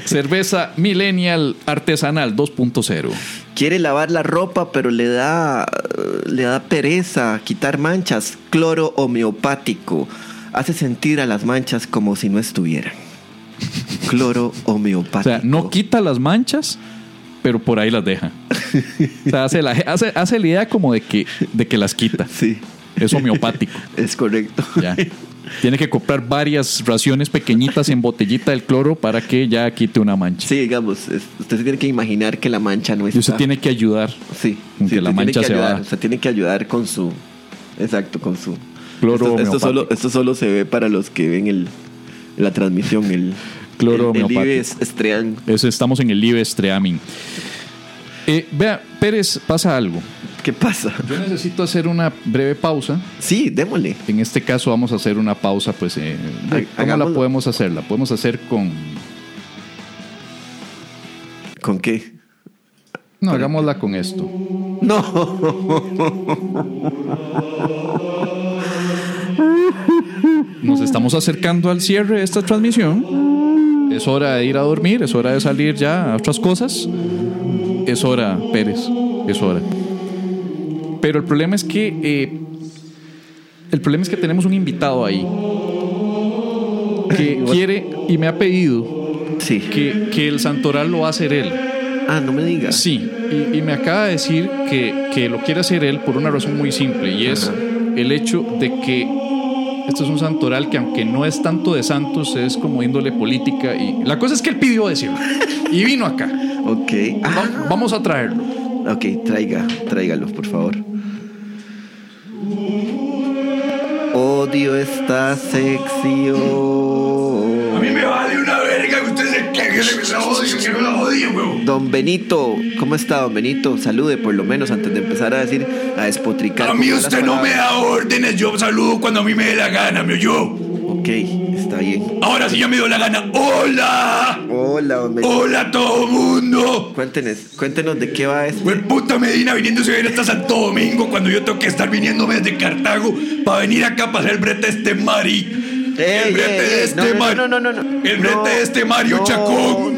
Speaker 1: cerveza millennial artesanal 2.0.
Speaker 2: Quiere lavar la ropa, pero le da, le da pereza quitar manchas. Cloro homeopático. Hace sentir a las manchas como si no estuvieran. Cloro homeopático.
Speaker 1: O sea, no quita las manchas, pero por ahí las deja. O sea, hace la, hace, hace la idea como de que, de que las quita.
Speaker 2: Sí,
Speaker 1: Es homeopático.
Speaker 2: es correcto.
Speaker 1: Ya. Tiene que comprar varias raciones pequeñitas en botellita del cloro para que ya quite una mancha.
Speaker 2: Sí, digamos, es- usted se tiene que imaginar que la mancha no está.
Speaker 1: Y usted tiene que ayudar.
Speaker 2: Sí,
Speaker 1: Con
Speaker 2: sí,
Speaker 1: que la
Speaker 2: usted tiene
Speaker 1: mancha
Speaker 2: que
Speaker 1: se
Speaker 2: ayudar,
Speaker 1: va.
Speaker 2: usted tiene que ayudar con su. Exacto, con su.
Speaker 1: Cloro
Speaker 2: esto, esto solo,
Speaker 1: homeopático.
Speaker 2: esto solo se ve para los que ven el, la transmisión, el.
Speaker 1: Cloro
Speaker 2: el, E el
Speaker 1: homeopático.
Speaker 2: Ives Estrean.
Speaker 1: Eso, estamos en el IBES Treamin. Eh, vea, Pérez, pasa algo.
Speaker 2: ¿Qué pasa?
Speaker 1: Yo necesito hacer una breve pausa.
Speaker 2: Sí, démosle.
Speaker 1: En este caso vamos a hacer una pausa, pues... eh,
Speaker 2: Ha-
Speaker 1: ¿Cómo
Speaker 2: hagámoslo.
Speaker 1: la podemos hacer? La podemos hacer con...
Speaker 2: ¿Con qué?
Speaker 1: No, hagámosla con esto.
Speaker 2: No.
Speaker 1: Nos estamos acercando al cierre de esta transmisión. Es hora de ir a dormir, es hora de salir ya a otras cosas. Es hora, Pérez, es hora. Pero el problema es que eh, el problema es que tenemos un invitado ahí que quiere y me ha pedido
Speaker 2: Sí.
Speaker 1: que, que el santoral lo va a hacer él.
Speaker 2: Ah, no me digas.
Speaker 1: Sí, y, y me acaba de decir que, que lo quiere hacer él por una razón muy simple y es el hecho de que este es un santoral que aunque no es tanto de santos, es como índole política y la cosa es que él pidió decirlo y vino acá.
Speaker 2: Ok. Ah,
Speaker 1: Va- Vamos a traerlo.
Speaker 2: ok, traiga, tráigalo, por favor. Odio esta sección.
Speaker 4: A mí me vale una verga que usted se queje de que la odio, que no la odio, huevón.
Speaker 2: Don Benito, ¿cómo está, don Benito? Salude por lo menos antes de empezar a decir, a despotricar.
Speaker 4: A
Speaker 2: con
Speaker 4: mí
Speaker 2: malas
Speaker 4: usted no me
Speaker 2: palabras.
Speaker 4: da órdenes, yo saludo cuando a mí me dé la gana, me oyó.
Speaker 2: Ok, está bien.
Speaker 4: Ahora sí ya me dio la gana. ¡Hola!
Speaker 2: Hola, don Benito.
Speaker 4: ¡Hola a todo mundo!
Speaker 2: Cuéntenos, cuéntenos de qué va esto.
Speaker 4: Fue puta Medina viniéndose a ver hasta Santo Domingo cuando yo tengo que estar viniéndome desde Cartago para venir acá a pasar el brete de este Mari.
Speaker 2: Ey,
Speaker 4: el brete
Speaker 2: ey,
Speaker 4: de
Speaker 2: ey,
Speaker 4: este
Speaker 2: no,
Speaker 4: Mari.
Speaker 2: no, no, no, no, no.
Speaker 4: El brete
Speaker 2: No,
Speaker 4: de este Mario
Speaker 2: no.
Speaker 4: Chacón.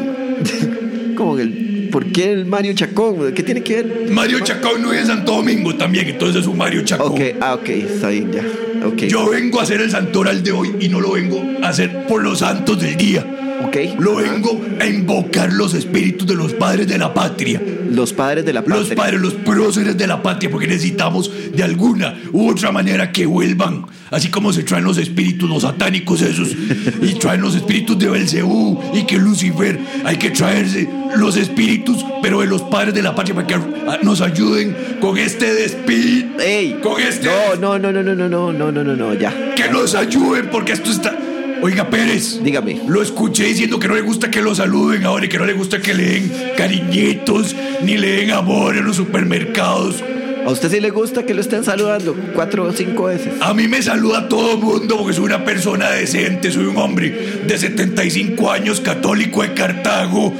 Speaker 2: ¿Cómo que el, ¿Por qué el Mario Chacón? ¿Qué tiene que ver?
Speaker 4: Mario Chacón no es en Santo Domingo también, entonces es un Mario Chacón.
Speaker 2: Ok, ah, ok, está bien, ya. Ok.
Speaker 4: Yo vengo a hacer el santoral de hoy y no lo vengo a hacer por los santos del día.
Speaker 2: ¿Ok?
Speaker 4: Lo vengo a invocar los espíritus de los padres de la patria.
Speaker 2: Los padres de la patria.
Speaker 4: Los padres, los próceres de la patria, porque necesitamos de alguna u otra manera que vuelvan. Así como se traen los espíritus, los satánicos esos, y traen los espíritus de Belcebú y que Lucifer, hay que traerse los espíritus, pero de los padres de la patria, para que a- nos ayuden con este despido.
Speaker 2: ¡Ey!
Speaker 4: Con este
Speaker 2: No, no, no, no, no, no, no, no, no, no, no, ya.
Speaker 4: Que nos ayuden, porque esto está. Oiga, Pérez.
Speaker 2: Dígame.
Speaker 4: Lo escuché diciendo que no le gusta que lo saluden ahora y que no le gusta que le den cariñitos ni le den amor en los supermercados.
Speaker 2: ¿A usted sí le gusta que lo estén saludando cuatro o cinco veces?
Speaker 4: A mí me saluda todo el mundo porque soy una persona decente, soy un hombre de 75 años, católico de Cartago,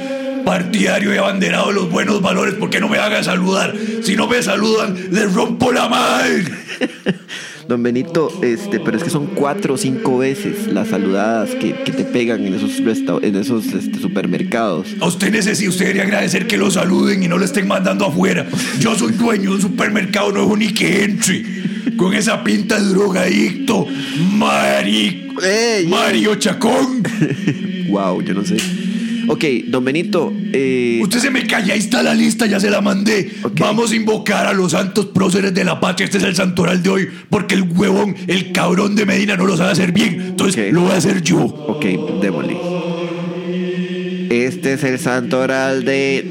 Speaker 4: partidario y abanderado de los buenos valores. ¿Por qué no me haga saludar? Si no me saludan, les rompo la madre.
Speaker 2: Don Benito, este, pero es que son cuatro o cinco veces las saludadas que, que te pegan en esos, resta- en esos este, supermercados.
Speaker 4: A usted necesita, usted debería agradecer que lo saluden y no lo estén mandando afuera. Yo soy dueño de un supermercado, no es un que entre. Con esa pinta de drogadicto, marico,
Speaker 2: ¡Ey!
Speaker 4: Mario Chacón.
Speaker 2: Wow, yo no sé. Ok, don Benito, eh,
Speaker 4: Usted se me calla, ahí está la lista, ya se la mandé.
Speaker 2: Ok.
Speaker 4: Vamos a invocar a los santos próceres de la patria. Este es el santoral de hoy, porque el huevón, el cabrón de Medina no lo sabe hacer bien. Entonces
Speaker 2: Ok.
Speaker 4: lo voy a hacer yo.
Speaker 2: ok, démosle. Este es el santoral de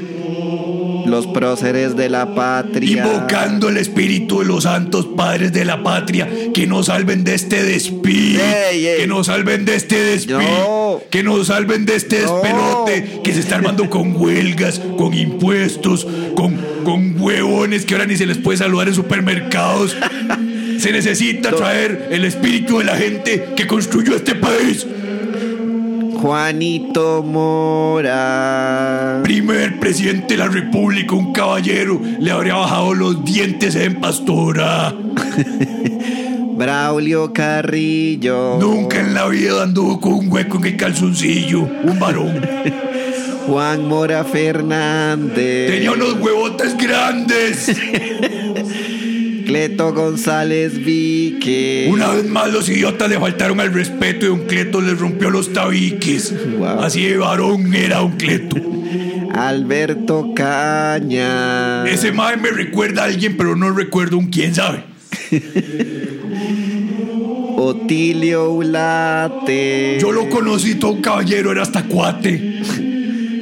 Speaker 2: los próceres de la patria.
Speaker 4: Invocando el espíritu de los santos padres de la patria, que nos salven de este despido.
Speaker 2: Ey, ey.
Speaker 4: Que nos salven de este despido.
Speaker 2: No.
Speaker 4: Que nos salven de este
Speaker 2: No.
Speaker 4: despelote que se está armando con huelgas, con impuestos, con, con huevones que ahora ni se les puede saludar en supermercados. Se necesita traer el espíritu de la gente que construyó este país.
Speaker 2: Juanito Mora.
Speaker 4: Primer presidente de la República, un caballero, le habría bajado los dientes en pastora.
Speaker 2: Braulio Carrillo.
Speaker 4: Nunca en la vida anduvo con un hueco en el calzoncillo, un varón.
Speaker 2: Juan Mora Fernández.
Speaker 4: Tenía unos huevotes grandes.
Speaker 2: Cleto González Vique.
Speaker 4: Una vez más los idiotas le faltaron al respeto y un Cleto les rompió los tabiques.
Speaker 2: Wow.
Speaker 4: Así de varón era un Cleto.
Speaker 2: Alberto Caña.
Speaker 4: Ese mae me recuerda a alguien, pero no recuerdo un quién sabe.
Speaker 2: Otilio Ulate.
Speaker 4: Yo lo conocí todo un caballero, era hasta cuate.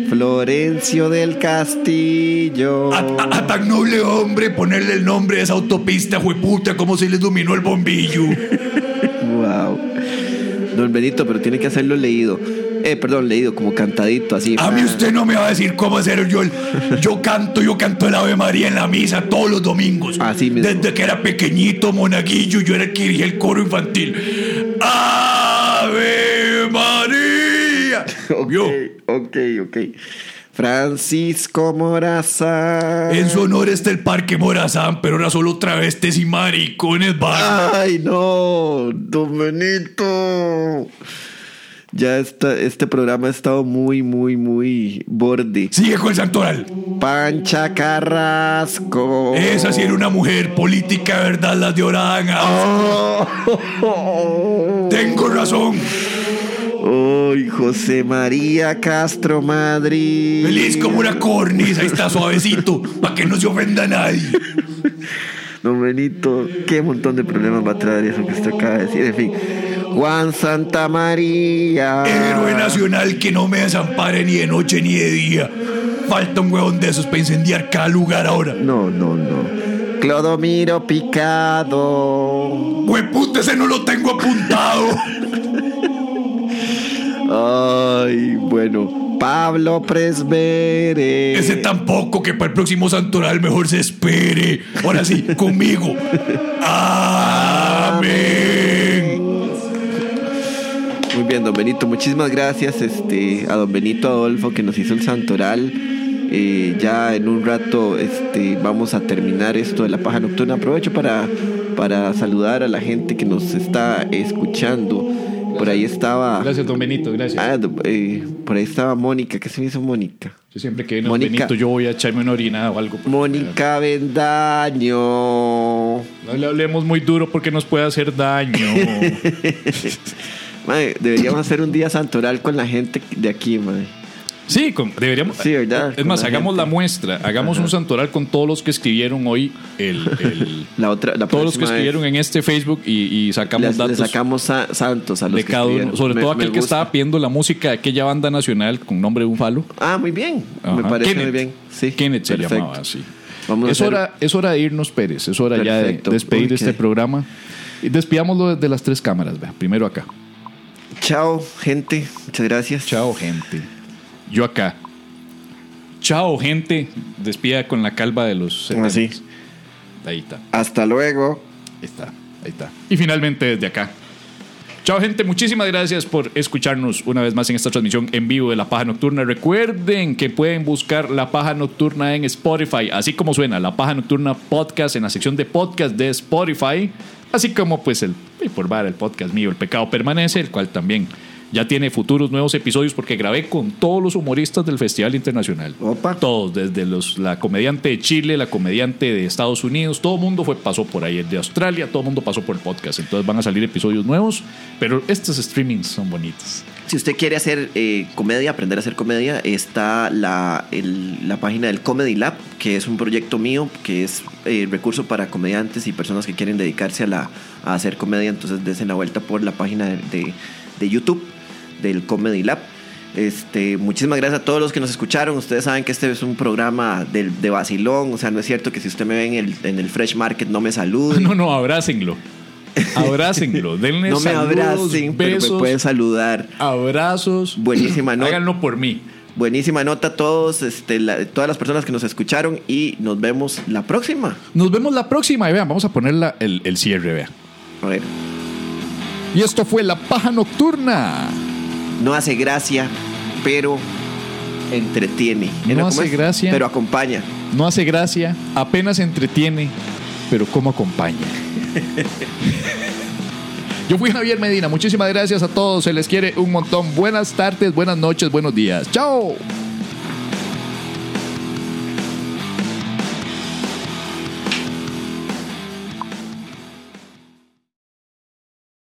Speaker 2: Florencio del Castillo.
Speaker 4: A, a- a tan noble hombre ponerle el nombre a esa autopista, jueputa, como se les dominó el bombillo.
Speaker 2: Wow. Don Benito, pero tiene que hacerlo leído. Eh, perdón, leído, como cantadito, así.
Speaker 4: A mí usted no Ah, me va a decir cómo hacer yo. el- Yo canto, yo canto el Ave María en la misa todos los domingos.
Speaker 2: Así mismo.
Speaker 4: Desde que era pequeñito, monaguillo, yo era el que dirigía el coro infantil. ¡Ave María!
Speaker 2: Ok,
Speaker 4: Vio,
Speaker 2: ok, ok. Francisco Morazán.
Speaker 4: En su honor está el Parque Morazán, pero era solo travestes y maricones. va.
Speaker 2: Ay, no, Don Benito. Ya está, este programa ha estado muy, muy, muy borde.
Speaker 4: Sigue con el santoral.
Speaker 2: Pancha Carrasco.
Speaker 4: Esa sí era una mujer política, ¿verdad? La de Orán. Ah,
Speaker 2: Oh.
Speaker 4: Tengo razón.
Speaker 2: Ay, José María Castro Madrid.
Speaker 4: Feliz como una cornisa. Ahí está suavecito, para que no se ofenda a nadie.
Speaker 2: Don Benito, qué montón de problemas va a traer eso que usted acaba de decir. En fin, Juan Santa María.
Speaker 1: Ah.
Speaker 4: Héroe nacional que no me desampare ni de noche ni de día. Falta un huevón de esos para incendiar cada lugar ahora.
Speaker 2: No, no, no. Clodomiro Picado.
Speaker 4: Hueputa, ese no lo tengo apuntado.
Speaker 2: Ay, bueno. Pablo Presbere.
Speaker 4: Ese tampoco, que para el próximo santoral mejor se espere. Ahora sí, conmigo. Amén.
Speaker 2: Muy bien, don Benito. Muchísimas gracias este, a don Benito Adolfo que nos hizo el santoral. Eh, ya en un rato este, vamos a terminar esto de la paja nocturna. Aprovecho para, para saludar a la gente que nos está escuchando. Por ahí estaba.
Speaker 1: Gracias, don Benito, gracias.
Speaker 2: Ah, do- eh, por ahí estaba Mónica. ¿Qué se me hizo Mónica?
Speaker 1: Yo siempre que viene don
Speaker 2: Mónica.
Speaker 1: Benito, yo voy a echarme una orina o algo.
Speaker 2: Mónica Vendaño.
Speaker 1: No le hablemos muy duro porque nos puede hacer daño.
Speaker 2: Mae, deberíamos hacer un día santoral con la gente de aquí, mae.
Speaker 1: Sí, con- deberíamos.
Speaker 2: Sí, ¿verdad?
Speaker 1: Es más,
Speaker 2: Con la
Speaker 1: hagamos
Speaker 2: gente.
Speaker 1: la muestra, hagamos un santoral con todos los que escribieron hoy, el, el-
Speaker 2: La otra, la
Speaker 1: todos los que
Speaker 2: próxima vez
Speaker 1: escribieron en este Facebook y, y sacamos
Speaker 2: les- le
Speaker 1: datos
Speaker 2: sacamos a- santos a los
Speaker 1: de
Speaker 2: que
Speaker 1: cada uno,
Speaker 2: escribieron.
Speaker 1: sobre
Speaker 2: Me-
Speaker 1: todo
Speaker 2: me
Speaker 1: aquel que
Speaker 2: gusta.
Speaker 1: estaba pidiendo la música de aquella banda nacional con nombre de un falo.
Speaker 2: Ah, muy bien. Me
Speaker 1: Ajá.
Speaker 2: parece muy
Speaker 1: Kenneth.
Speaker 2: bien. Sí.
Speaker 1: Kenneth se
Speaker 2: perfecto.
Speaker 1: llamaba así.
Speaker 2: Vamos a
Speaker 1: Es
Speaker 2: hacer-
Speaker 1: hora, es hora de irnos, Pérez. Es hora ya
Speaker 2: Perfecto.
Speaker 1: de despedir
Speaker 2: Uy, qué-
Speaker 1: este programa. Y despidámoslo desde las tres cámaras. vea. Primero acá.
Speaker 2: Chao, gente. Muchas gracias.
Speaker 1: Chao, gente. Yo acá. Chao, gente. Despida con la calva de los.
Speaker 2: Así.
Speaker 1: 70s. Ahí está.
Speaker 2: Hasta luego.
Speaker 1: Ahí está, ahí está. Y finalmente desde acá. Chao gente, muchísimas gracias por escucharnos una vez más en esta transmisión en vivo de La Paja Nocturna. Recuerden que pueden buscar La Paja Nocturna en Spotify, así como suena, La Paja Nocturna Podcast en la sección de podcast de Spotify, así como pues el y por bar, el podcast mío, El Pecado Permanece, el cual también ya tiene futuros nuevos episodios porque grabé con todos los humoristas del Festival Internacional.
Speaker 2: Opa.
Speaker 1: Todos, desde los, la comediante de Chile, la comediante de Estados Unidos, todo el mundo fue, pasó por ahí, el de Australia, todo el mundo pasó por el podcast. Entonces van a salir episodios nuevos, pero estos streamings son bonitos.
Speaker 2: Si usted quiere hacer eh, comedia, aprender a hacer comedia, está la, el- la página del Comedy Lab, que es un proyecto mío, que es eh, recurso para comediantes y personas que quieren dedicarse a, la, a hacer comedia. Entonces, desen la vuelta por la página de, de- de YouTube del Comedy Lab. Este, muchísimas gracias a todos los que nos escucharon. Ustedes saben que este es un programa de, de vacilón. O sea, no es cierto que si usted me ve en el, en el Fresh Market no me salude.
Speaker 1: No, no, abrácenlo. Abrácenlo. Denle
Speaker 2: no me
Speaker 1: saludos,
Speaker 2: abracen, pero me
Speaker 1: besos,
Speaker 2: pueden saludar.
Speaker 1: abrazos.
Speaker 2: Buenísima nota.
Speaker 1: Háganlo por mí.
Speaker 2: Buenísima nota a todos, este, la- todas las personas que nos escucharon y nos vemos la próxima.
Speaker 1: Nos vemos la próxima y vean, vamos a poner la- el, el cierre, vean.
Speaker 2: A ver,
Speaker 1: Y esto fue La Paja Nocturna.
Speaker 2: no hace gracia, pero entretiene.
Speaker 1: No
Speaker 2: ¿Era cómo
Speaker 1: hace
Speaker 2: es?
Speaker 1: gracia.
Speaker 2: Pero acompaña.
Speaker 1: No hace gracia, apenas entretiene, pero cómo acompaña. Yo fui Javier Medina, muchísimas gracias a todos, se les quiere un montón. Buenas tardes, buenas noches, buenos días. Chao.